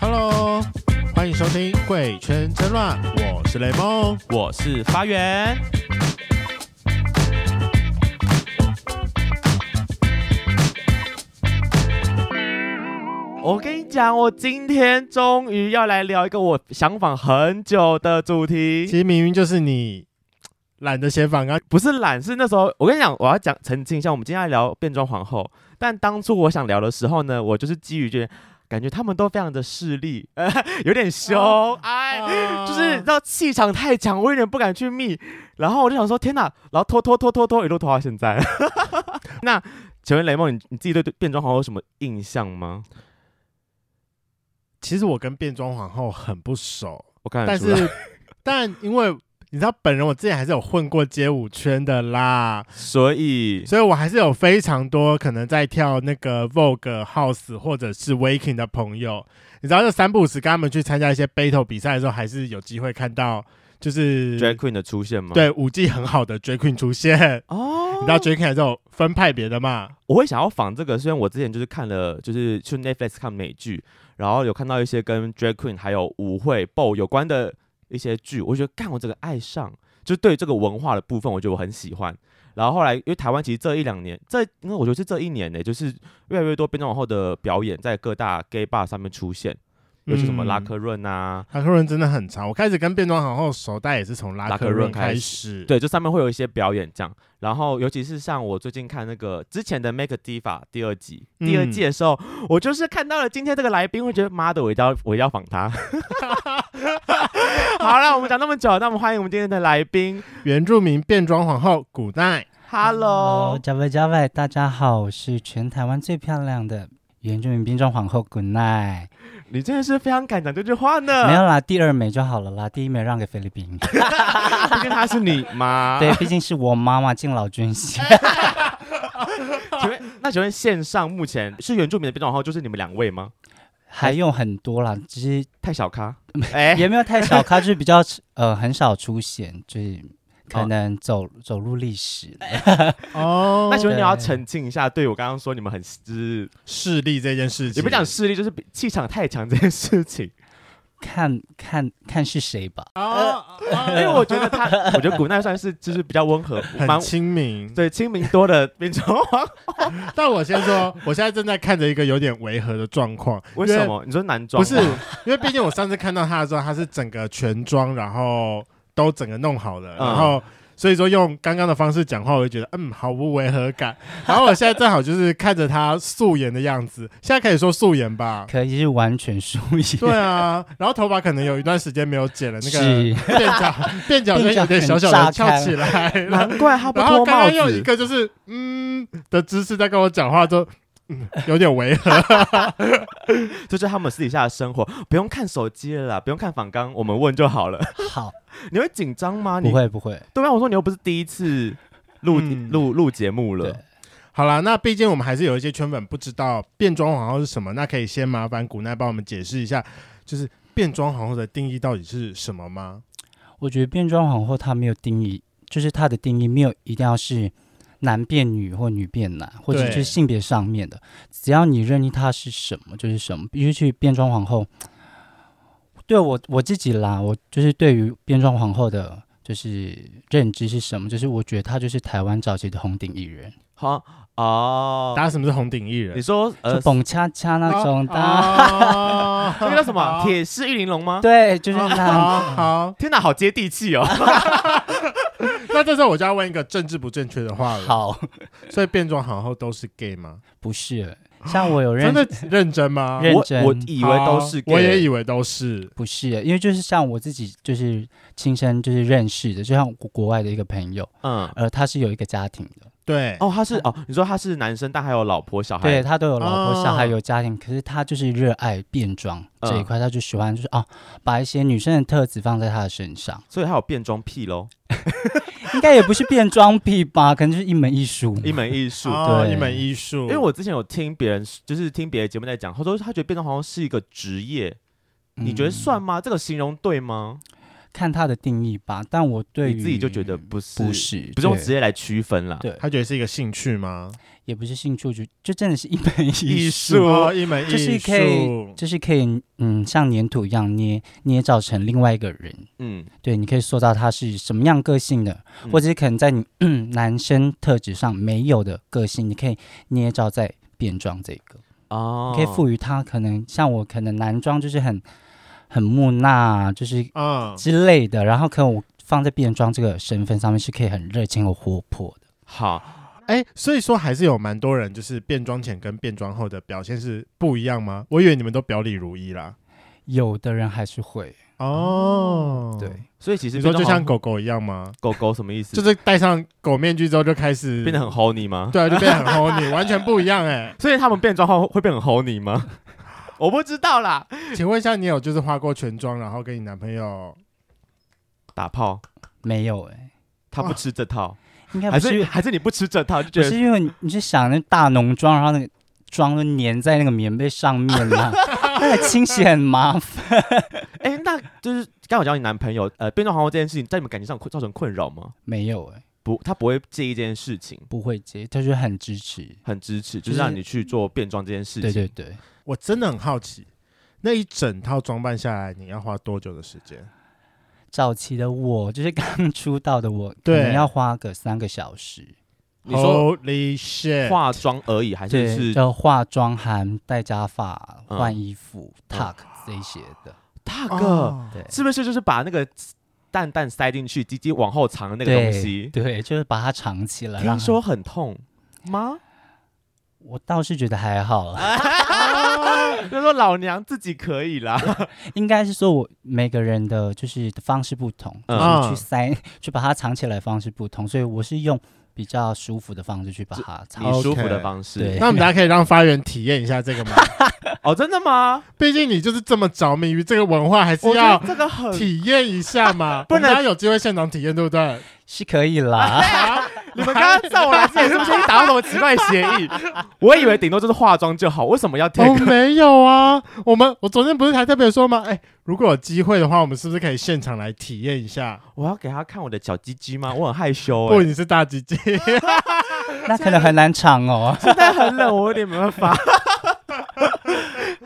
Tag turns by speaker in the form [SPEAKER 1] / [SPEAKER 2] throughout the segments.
[SPEAKER 1] Hello，欢迎收听《贵圈真乱》，我是雷梦。
[SPEAKER 2] 我是发源。我跟你讲，我今天终于要来聊一个我想访很久的主
[SPEAKER 1] 其
[SPEAKER 2] 题，
[SPEAKER 1] 实明明就是你懒得写访纲，
[SPEAKER 2] 不是懒，是那时候我跟你讲，我要讲澄清一下，我们今天要聊变装皇后，但当初我想聊的时候呢，我就是基于觉得感觉他们都非常的势利， 呃，有点凶，哎、
[SPEAKER 1] 啊
[SPEAKER 2] 就是你知道气场太强，我有点不敢去密。然后我就想说，天哪！然后拖拖拖拖拖，一路拖到现在。 那请问雷梦，你你自己对对变装皇后有什么印象吗？
[SPEAKER 1] 其实我跟变装皇后很不熟，
[SPEAKER 2] 我看得
[SPEAKER 1] 但
[SPEAKER 2] 出来
[SPEAKER 1] 是 但因为你知道，本人我之前还是有混过街舞圈的 啦，
[SPEAKER 2] 所以
[SPEAKER 1] 所以我还是有非常多可能在跳那个 Vogue House 或者是 Waking 的朋友，你知道，就三不五时跟他们去参加一些 battle 比赛的时候，还是有机会看到就是
[SPEAKER 2] drag queen 的出现吗？，
[SPEAKER 1] 对舞技很好的 Drag Queen 出现。
[SPEAKER 2] 哦
[SPEAKER 1] 你知道 Drag Queen 还是有分派别的嘛？
[SPEAKER 2] 我会想要仿这个，虽然我之前就是看了，就是去 Netflix 看美剧，然后有看到一些跟 drag queen 还有舞会 b 有关的一些剧，我就觉得干我这个爱上，就对这个文化的部分，我觉得我很喜欢。然后后来，因为台湾其实这一两年，这因为我觉得是这一年呢、就是越来越多变装皇后的表演在各大 gay bar 上面出现，尤其什么拉
[SPEAKER 1] 嗯
[SPEAKER 2] 科润啊，
[SPEAKER 1] 拉克润真的很长，我开始跟变装皇后熟，但也是从拉克润开始。，
[SPEAKER 2] 对，就上面会有一些表演这样。然后，尤其是像我最近看那个之前的《Make a Diva》第二集、第二
[SPEAKER 1] 嗯
[SPEAKER 2] 季的时候，我就是看到了今天这个来宾，会觉得妈的，我一定要我一定要访他。好了，我们讲那么久，那我们欢迎我们今天的来宾
[SPEAKER 1] 原住民变装皇后古 代，
[SPEAKER 2] ，Hello，
[SPEAKER 3] 加菲加菲，大家好，我是全台湾最漂亮的原住民变装皇后 Good night。
[SPEAKER 2] 你真的是非常敢讲这句话呢。
[SPEAKER 3] 没有啦，第二枚就好了啦，第一枚让给菲律宾。
[SPEAKER 2] 毕竟他是你妈。
[SPEAKER 3] 对，，毕竟是我妈妈敬老尊贤。
[SPEAKER 2] 请问那请问线上目前是原住民的变装皇后，就是你们两位吗？
[SPEAKER 3] 还有很多啦，只是
[SPEAKER 2] 太小咖，哎、
[SPEAKER 3] 也没有太少，咖，就是比较 呃很少出现，就是可能走、走入历史了。
[SPEAKER 1] 哦
[SPEAKER 2] 那请问你要
[SPEAKER 3] 对
[SPEAKER 2] 澄清一下，对我刚刚说你们很就是
[SPEAKER 1] 势力这件事情，
[SPEAKER 2] 也不讲势力，就是比气场太强这件事情。
[SPEAKER 3] 看看看是谁吧。
[SPEAKER 1] 哦，
[SPEAKER 2] 呃因为我觉 得他，我觉得古奈算是就是比较温和，蛮
[SPEAKER 1] 很亲民。
[SPEAKER 2] 对亲民 多的变装皇。
[SPEAKER 1] 但我先说，我现在正在看着一个有点违和的状况，
[SPEAKER 2] 为什？么？你说男装
[SPEAKER 1] 不
[SPEAKER 2] 吗
[SPEAKER 1] 是，因为毕竟我上次看到他的时候，他是整个全妆，然后都整个弄好了，
[SPEAKER 2] 嗯
[SPEAKER 1] 然后。所以说用刚刚的方式讲话，我就觉得嗯毫无违和感。然后我现在正好就是看着他素颜的样子，现在可以说素颜 吧？
[SPEAKER 3] 可以是完全输赢，
[SPEAKER 1] 对啊，然后头发可能有一段时间没有剪了，那个
[SPEAKER 3] 是
[SPEAKER 1] 辫角辫 角就有点小小的翘起来，然后
[SPEAKER 2] 难怪他不
[SPEAKER 1] 然后
[SPEAKER 2] 脱
[SPEAKER 1] 刚
[SPEAKER 2] 帽
[SPEAKER 1] 刚用一
[SPEAKER 2] 子。
[SPEAKER 1] 个就是嗯的姿势在跟我讲话，就嗯有点违和。
[SPEAKER 2] 这就是他们私底下的生活，不用看手机了啦，不用看访纲，我们问就好了。
[SPEAKER 3] 好，
[SPEAKER 2] 你会紧张吗？你
[SPEAKER 3] 不会不会，
[SPEAKER 2] 对啊，我说你又不是第一次录
[SPEAKER 1] 嗯
[SPEAKER 2] 录录节目
[SPEAKER 3] 对
[SPEAKER 2] 了。
[SPEAKER 1] 好啦，那毕竟我们还是有一些圈粉不知道变装皇后是什么，那可以先麻烦古奈帮我们解释一下，就是变装皇后的定义到底是什么吗？
[SPEAKER 3] 我觉得变装皇后她没有定义，就是她的定义没有一定要是男变女或女变男，或者
[SPEAKER 1] 对
[SPEAKER 3] 是性别上面的，只要你认定她是什么就是什么。尤其变装皇后，对我我自己啦，我就是对于变装皇后的就是认知是什么，就是我觉得她就是台湾早期的红顶艺人，
[SPEAKER 2] 好哦
[SPEAKER 1] 大，家什么是红顶艺人
[SPEAKER 2] 你？说呃
[SPEAKER 3] 就，蹦恰恰那种的，
[SPEAKER 1] 啊，
[SPEAKER 2] 那个叫什么？
[SPEAKER 1] 好
[SPEAKER 2] 铁狮玉玲珑吗？
[SPEAKER 3] 对，就是那。
[SPEAKER 1] 好好，
[SPEAKER 2] 天哪，好接地气哦！
[SPEAKER 1] 那这时候我就要问一个政治不正确的话了。
[SPEAKER 3] 好，
[SPEAKER 1] 所以变装皇后都是 gay 吗？
[SPEAKER 3] 不是，像我有认
[SPEAKER 1] 真的认真吗？
[SPEAKER 3] 认
[SPEAKER 2] 我
[SPEAKER 3] 真
[SPEAKER 2] 我以为都是 gay，
[SPEAKER 1] 我也以为都是。
[SPEAKER 3] 不是耶，因为就是像我自己就是亲身就是认识的，就像国国外的一个朋友，
[SPEAKER 2] 嗯。
[SPEAKER 3] 呃，他是有一个家庭的，
[SPEAKER 1] 对，
[SPEAKER 2] 哦，他是哦，你说他是男生，但还有老婆小孩。
[SPEAKER 3] 嗯对，他都有老
[SPEAKER 1] 哦
[SPEAKER 3] 婆、小孩、有家庭，可是他就是热爱变装
[SPEAKER 2] 嗯
[SPEAKER 3] 这一块，他就喜欢就是哦，把一些女生的特质放在他的身上，
[SPEAKER 2] 所以他有变装癖喽，
[SPEAKER 3] 应该也不是变装癖吧， 可能就是一门艺术。
[SPEAKER 2] 一门艺术。
[SPEAKER 1] 哦
[SPEAKER 3] 对
[SPEAKER 1] 一门艺术。
[SPEAKER 2] 因为我之前有听别人，就是听别的节目在讲，他说他觉得变装皇后是一个职业，你觉得
[SPEAKER 3] 嗯
[SPEAKER 2] 算吗？这个形容对吗？
[SPEAKER 3] 看它的定义吧。但我对于
[SPEAKER 2] 你自己就觉得不是
[SPEAKER 3] 不是，
[SPEAKER 2] 不是用
[SPEAKER 3] 对
[SPEAKER 2] 职业来区分啦。
[SPEAKER 3] 对，
[SPEAKER 1] 他觉得是一个兴趣吗？
[SPEAKER 3] 也不是兴趣，就就真的是一门艺
[SPEAKER 2] 艺
[SPEAKER 3] 术
[SPEAKER 2] 术，
[SPEAKER 1] 哦，一门
[SPEAKER 3] 就
[SPEAKER 1] 艺
[SPEAKER 3] 是可以，
[SPEAKER 1] 术，
[SPEAKER 3] 就是可以，嗯，像粘土一样捏捏造成另外一个人。
[SPEAKER 2] 嗯，
[SPEAKER 3] 对，你可以塑造他是什么样个性的，或者是可能在你 男生特质上没有的个性，你可以捏造在变装这个，
[SPEAKER 2] 哦，
[SPEAKER 3] 你可以赋予他可能像我可能男装就是很很木讷，啊就是
[SPEAKER 1] 嗯，
[SPEAKER 3] 之类的，然后可能我放在变装这个身份上面是可以很热情和活泼的。
[SPEAKER 2] 好，
[SPEAKER 1] 哎，所以说还是有蛮多人就是变装前跟变装后的表现是不一样吗？我以为你们都表里如一啦。
[SPEAKER 3] 有的人还是会，
[SPEAKER 1] 哦，
[SPEAKER 3] 对，，
[SPEAKER 2] 所以其实
[SPEAKER 1] 你说就
[SPEAKER 2] 变成
[SPEAKER 1] 像狗狗一样吗？
[SPEAKER 2] 狗狗什么意思？
[SPEAKER 1] 就是戴上狗面具之后就开始
[SPEAKER 2] 变得很 horny 吗？
[SPEAKER 1] 对啊，就变得很 horny，完全不一样哎、
[SPEAKER 2] 所以他们变装后会变很 horny 吗？我不知道啦。
[SPEAKER 1] 请问一下，你有就是化过全妆，然后跟你男朋友？
[SPEAKER 2] 打炮，
[SPEAKER 3] 没有哎、
[SPEAKER 2] 他不吃这套，
[SPEAKER 3] 应该不
[SPEAKER 2] 还
[SPEAKER 3] 是
[SPEAKER 2] 是还是你不吃这套就
[SPEAKER 3] 不
[SPEAKER 2] 觉
[SPEAKER 3] 是
[SPEAKER 2] 得
[SPEAKER 3] 因为你你是想那大浓妆，然后那个妆都粘在那个棉被上面了、那个清洗很麻烦。
[SPEAKER 2] 哎、那就是刚好讲你男朋友呃变装皇后这件事情，在你们感情上会造成困扰吗？
[SPEAKER 3] 没有哎、
[SPEAKER 2] 不，他不会介意这件事情，
[SPEAKER 3] 不会接，他就是很支持。
[SPEAKER 2] 很支持，
[SPEAKER 3] 就
[SPEAKER 2] 就是是让你去做变装这件事情。
[SPEAKER 3] 对对对，
[SPEAKER 1] 我真的很好奇，那一整套装扮下来，你要花多久的时间？
[SPEAKER 3] 早期的我就是刚出道的我，可
[SPEAKER 1] 对
[SPEAKER 3] 能要花个三个小时，
[SPEAKER 2] 你
[SPEAKER 1] 哦
[SPEAKER 2] 说
[SPEAKER 1] Holy shit！
[SPEAKER 2] 化妆而已，还是
[SPEAKER 3] 对，
[SPEAKER 2] 是
[SPEAKER 3] 就化妆、含戴假发、
[SPEAKER 2] 嗯
[SPEAKER 3] 换衣服、tuck 这些的，
[SPEAKER 2] 大
[SPEAKER 1] 哦
[SPEAKER 2] 哥、
[SPEAKER 3] 对，
[SPEAKER 2] 是不是就是把那个蛋蛋塞进去，鸡鸡往后藏的那个
[SPEAKER 3] 对
[SPEAKER 2] 东西？
[SPEAKER 3] 对，就是把它藏起来。然
[SPEAKER 2] 听
[SPEAKER 3] 后
[SPEAKER 2] 说很痛吗？
[SPEAKER 3] 我倒是觉得还好
[SPEAKER 2] 啊
[SPEAKER 3] 啦，
[SPEAKER 2] 就说老娘自己可以啦。
[SPEAKER 3] 应该是说我每个人的就是方式不同，
[SPEAKER 2] 嗯
[SPEAKER 3] 就是去塞、去把它藏起来方式不同，所以我是用比较舒服的方式去把它藏
[SPEAKER 2] 你
[SPEAKER 1] 好。
[SPEAKER 2] 舒服
[SPEAKER 1] OK
[SPEAKER 2] 的方式
[SPEAKER 3] 对
[SPEAKER 1] 那我们大家可以让发源体验一下这个吗？
[SPEAKER 2] 哦，真的吗？
[SPEAKER 1] 毕竟你就是这么着迷于这个文化，还是
[SPEAKER 2] 我觉
[SPEAKER 1] 要
[SPEAKER 2] 得这个很
[SPEAKER 1] 体验一下 嘛。
[SPEAKER 2] 不能
[SPEAKER 1] 我们大家有机会现场体验，对 不对？
[SPEAKER 3] 是可以啦，
[SPEAKER 2] 你们刚刚在我来之 前哎是不是已经达到什么奇怪的协议？ 我以为顶多就是化妆就好，为什么要 take？
[SPEAKER 1] 哦， 没有啊，我们我昨天不是还特别说吗？哎、如果有机会的话，我们是不是可以现场来体验一下？
[SPEAKER 2] 我要给他看我的小鸡鸡吗？我很害 羞哎、
[SPEAKER 1] 不，你是大鸡 鸡，
[SPEAKER 3] 那可能很难藏哦。
[SPEAKER 2] 现在很冷，我有点没办法。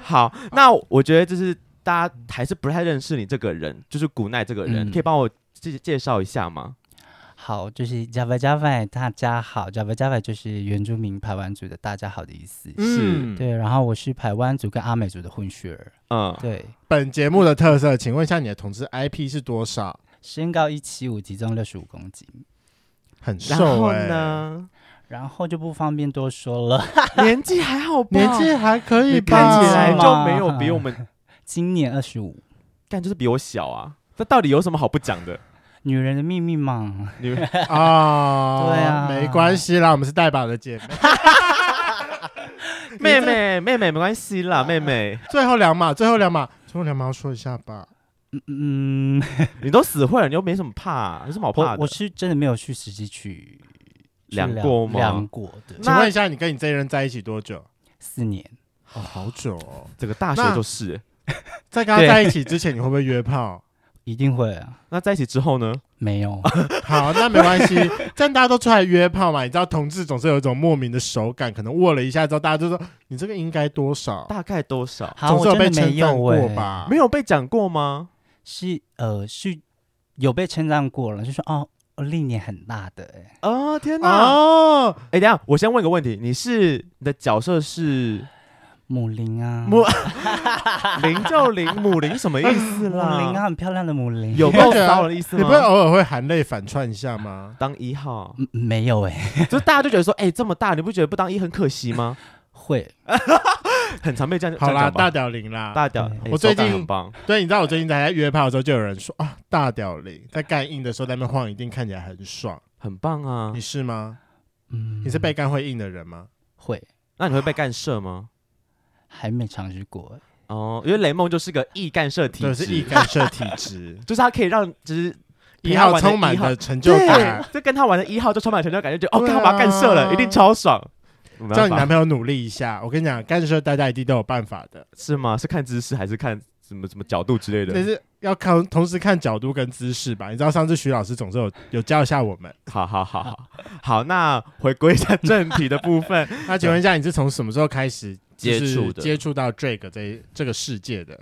[SPEAKER 2] 好，那我觉得就是大家还是不太认识你这个人，就是古奈这个人，
[SPEAKER 3] 嗯
[SPEAKER 2] 可以帮我介介绍一下吗？
[SPEAKER 3] 好，就是 Java Java，大家好，Java Java 就是原住民排湾族的大家好的意思。
[SPEAKER 1] 嗯，
[SPEAKER 3] 对，然后我是排湾族跟阿美族的混血儿，
[SPEAKER 2] 嗯，
[SPEAKER 3] 对，
[SPEAKER 1] 本节目的特色，请问一下你的同志 IP 是多少？
[SPEAKER 3] 身高一七五，体重六十五公斤，
[SPEAKER 1] 很
[SPEAKER 2] 然
[SPEAKER 1] 瘦
[SPEAKER 2] 后
[SPEAKER 1] 哎、
[SPEAKER 2] 呢，
[SPEAKER 3] 然后就不方便多说了。
[SPEAKER 2] 欸 年纪还好吧？
[SPEAKER 1] 年纪还可以
[SPEAKER 3] 你
[SPEAKER 1] 吧？
[SPEAKER 2] 看起来
[SPEAKER 3] 大
[SPEAKER 2] 就没有比我们，
[SPEAKER 3] 今年二十五，
[SPEAKER 2] 但就是比我小啊。这到底有什么好不讲的？
[SPEAKER 3] 女人的秘密嘛，
[SPEAKER 2] 你 们
[SPEAKER 1] 啊，
[SPEAKER 3] 对啊
[SPEAKER 1] 没关系啦，我们是代宝的姐 妹。
[SPEAKER 2] 妹妹妹妹没关系 啦，妹妹。
[SPEAKER 1] 最后两码，最后两码，最后两码要说一下吧。
[SPEAKER 3] 嗯。
[SPEAKER 2] 你都死会了，你又没什么怕、有什么好怕
[SPEAKER 3] 我
[SPEAKER 2] 的？
[SPEAKER 3] 我是真的没有去实际去去
[SPEAKER 2] 量
[SPEAKER 3] 量
[SPEAKER 2] 过吗
[SPEAKER 3] 量过的
[SPEAKER 1] 请问一下，你跟你这一任在一起多久？
[SPEAKER 3] 四年，
[SPEAKER 1] 哦，好久哦。
[SPEAKER 2] 整个大
[SPEAKER 1] 那
[SPEAKER 2] 学就是。欸
[SPEAKER 1] 在跟他在一起之前，你会不会约炮？
[SPEAKER 3] 一定会啊，
[SPEAKER 2] 那在一起之后呢？
[SPEAKER 3] 没有
[SPEAKER 1] 好，那没关系，这样大家都出来约炮嘛。你知道同志总是有一种莫名的手感，可能握了一下之后，大家就说你这个应该多少，
[SPEAKER 2] 大概多少？
[SPEAKER 3] 好，
[SPEAKER 1] 总是
[SPEAKER 3] 我
[SPEAKER 1] 有被
[SPEAKER 3] 真的没
[SPEAKER 1] 称赞
[SPEAKER 3] 有
[SPEAKER 1] 过
[SPEAKER 3] 欸？
[SPEAKER 1] 吧？
[SPEAKER 2] 没有被讲过吗？
[SPEAKER 3] 是呃是有被称赞过了，就说哦，我历年很大的哎、
[SPEAKER 2] 哦，天哪！哎、
[SPEAKER 1] 哦，
[SPEAKER 2] 等一下，我先问个问题，你是你的角色 是
[SPEAKER 3] 母林啊，
[SPEAKER 2] 母零就零，母零什么意思
[SPEAKER 3] 母林
[SPEAKER 2] 啦？
[SPEAKER 3] 啊，很漂亮的母林，
[SPEAKER 2] 有够骚的意思
[SPEAKER 1] 你不会
[SPEAKER 2] 吗？
[SPEAKER 1] 偶尔会含泪反串一下 吗？
[SPEAKER 2] 当一号，
[SPEAKER 3] 嗯没有哎、
[SPEAKER 2] 就大家就觉得说，哎、这么大，你不觉得不当一很可惜 吗？
[SPEAKER 3] 会
[SPEAKER 2] 很常被这样
[SPEAKER 1] 好啦，
[SPEAKER 2] 这样
[SPEAKER 1] 大
[SPEAKER 2] 讲吧
[SPEAKER 1] 屌零啦，
[SPEAKER 2] 大屌，
[SPEAKER 3] 对
[SPEAKER 2] 哎
[SPEAKER 1] 我最
[SPEAKER 2] 手感
[SPEAKER 1] 近
[SPEAKER 2] 很棒，
[SPEAKER 1] 对，你知道我最近在约炮的时候，就有人说啊，大屌零在干硬的时候在那边晃，一定看起来很爽。
[SPEAKER 2] 很棒啊
[SPEAKER 1] 你。是吗？
[SPEAKER 3] 嗯，
[SPEAKER 1] 你是被干会硬的人吗？
[SPEAKER 3] 会
[SPEAKER 2] 那你会被干涉吗？
[SPEAKER 3] 还没尝试过、欸，
[SPEAKER 2] 哦，因为雷梦就是个易干涉体
[SPEAKER 1] 对，
[SPEAKER 2] 质，。
[SPEAKER 1] 是易干涉体质
[SPEAKER 2] 就是他可以让就是
[SPEAKER 1] 一号充满了成就感，
[SPEAKER 2] 对，就跟他玩的一号就充满成就感，就觉得哦，
[SPEAKER 1] 对啊
[SPEAKER 2] 干嘛干射了，一定超爽。没
[SPEAKER 1] 叫
[SPEAKER 2] 办
[SPEAKER 1] 你
[SPEAKER 2] 法
[SPEAKER 1] 男朋友努力一下。我跟你讲，干涉大家一定都有办法的。
[SPEAKER 2] 是吗？是看姿势还是看什么什么角度之类
[SPEAKER 1] 但
[SPEAKER 2] 的。
[SPEAKER 1] 是要看同时看角度跟姿势吧。你知道上次徐老师总是有有教一下我们。
[SPEAKER 2] 好好好好好，那回归一下正题的部分。
[SPEAKER 1] 那请问一下，你是从什么时候开始就是
[SPEAKER 2] 接触的
[SPEAKER 1] 接触到 Drake 这一这个世界的？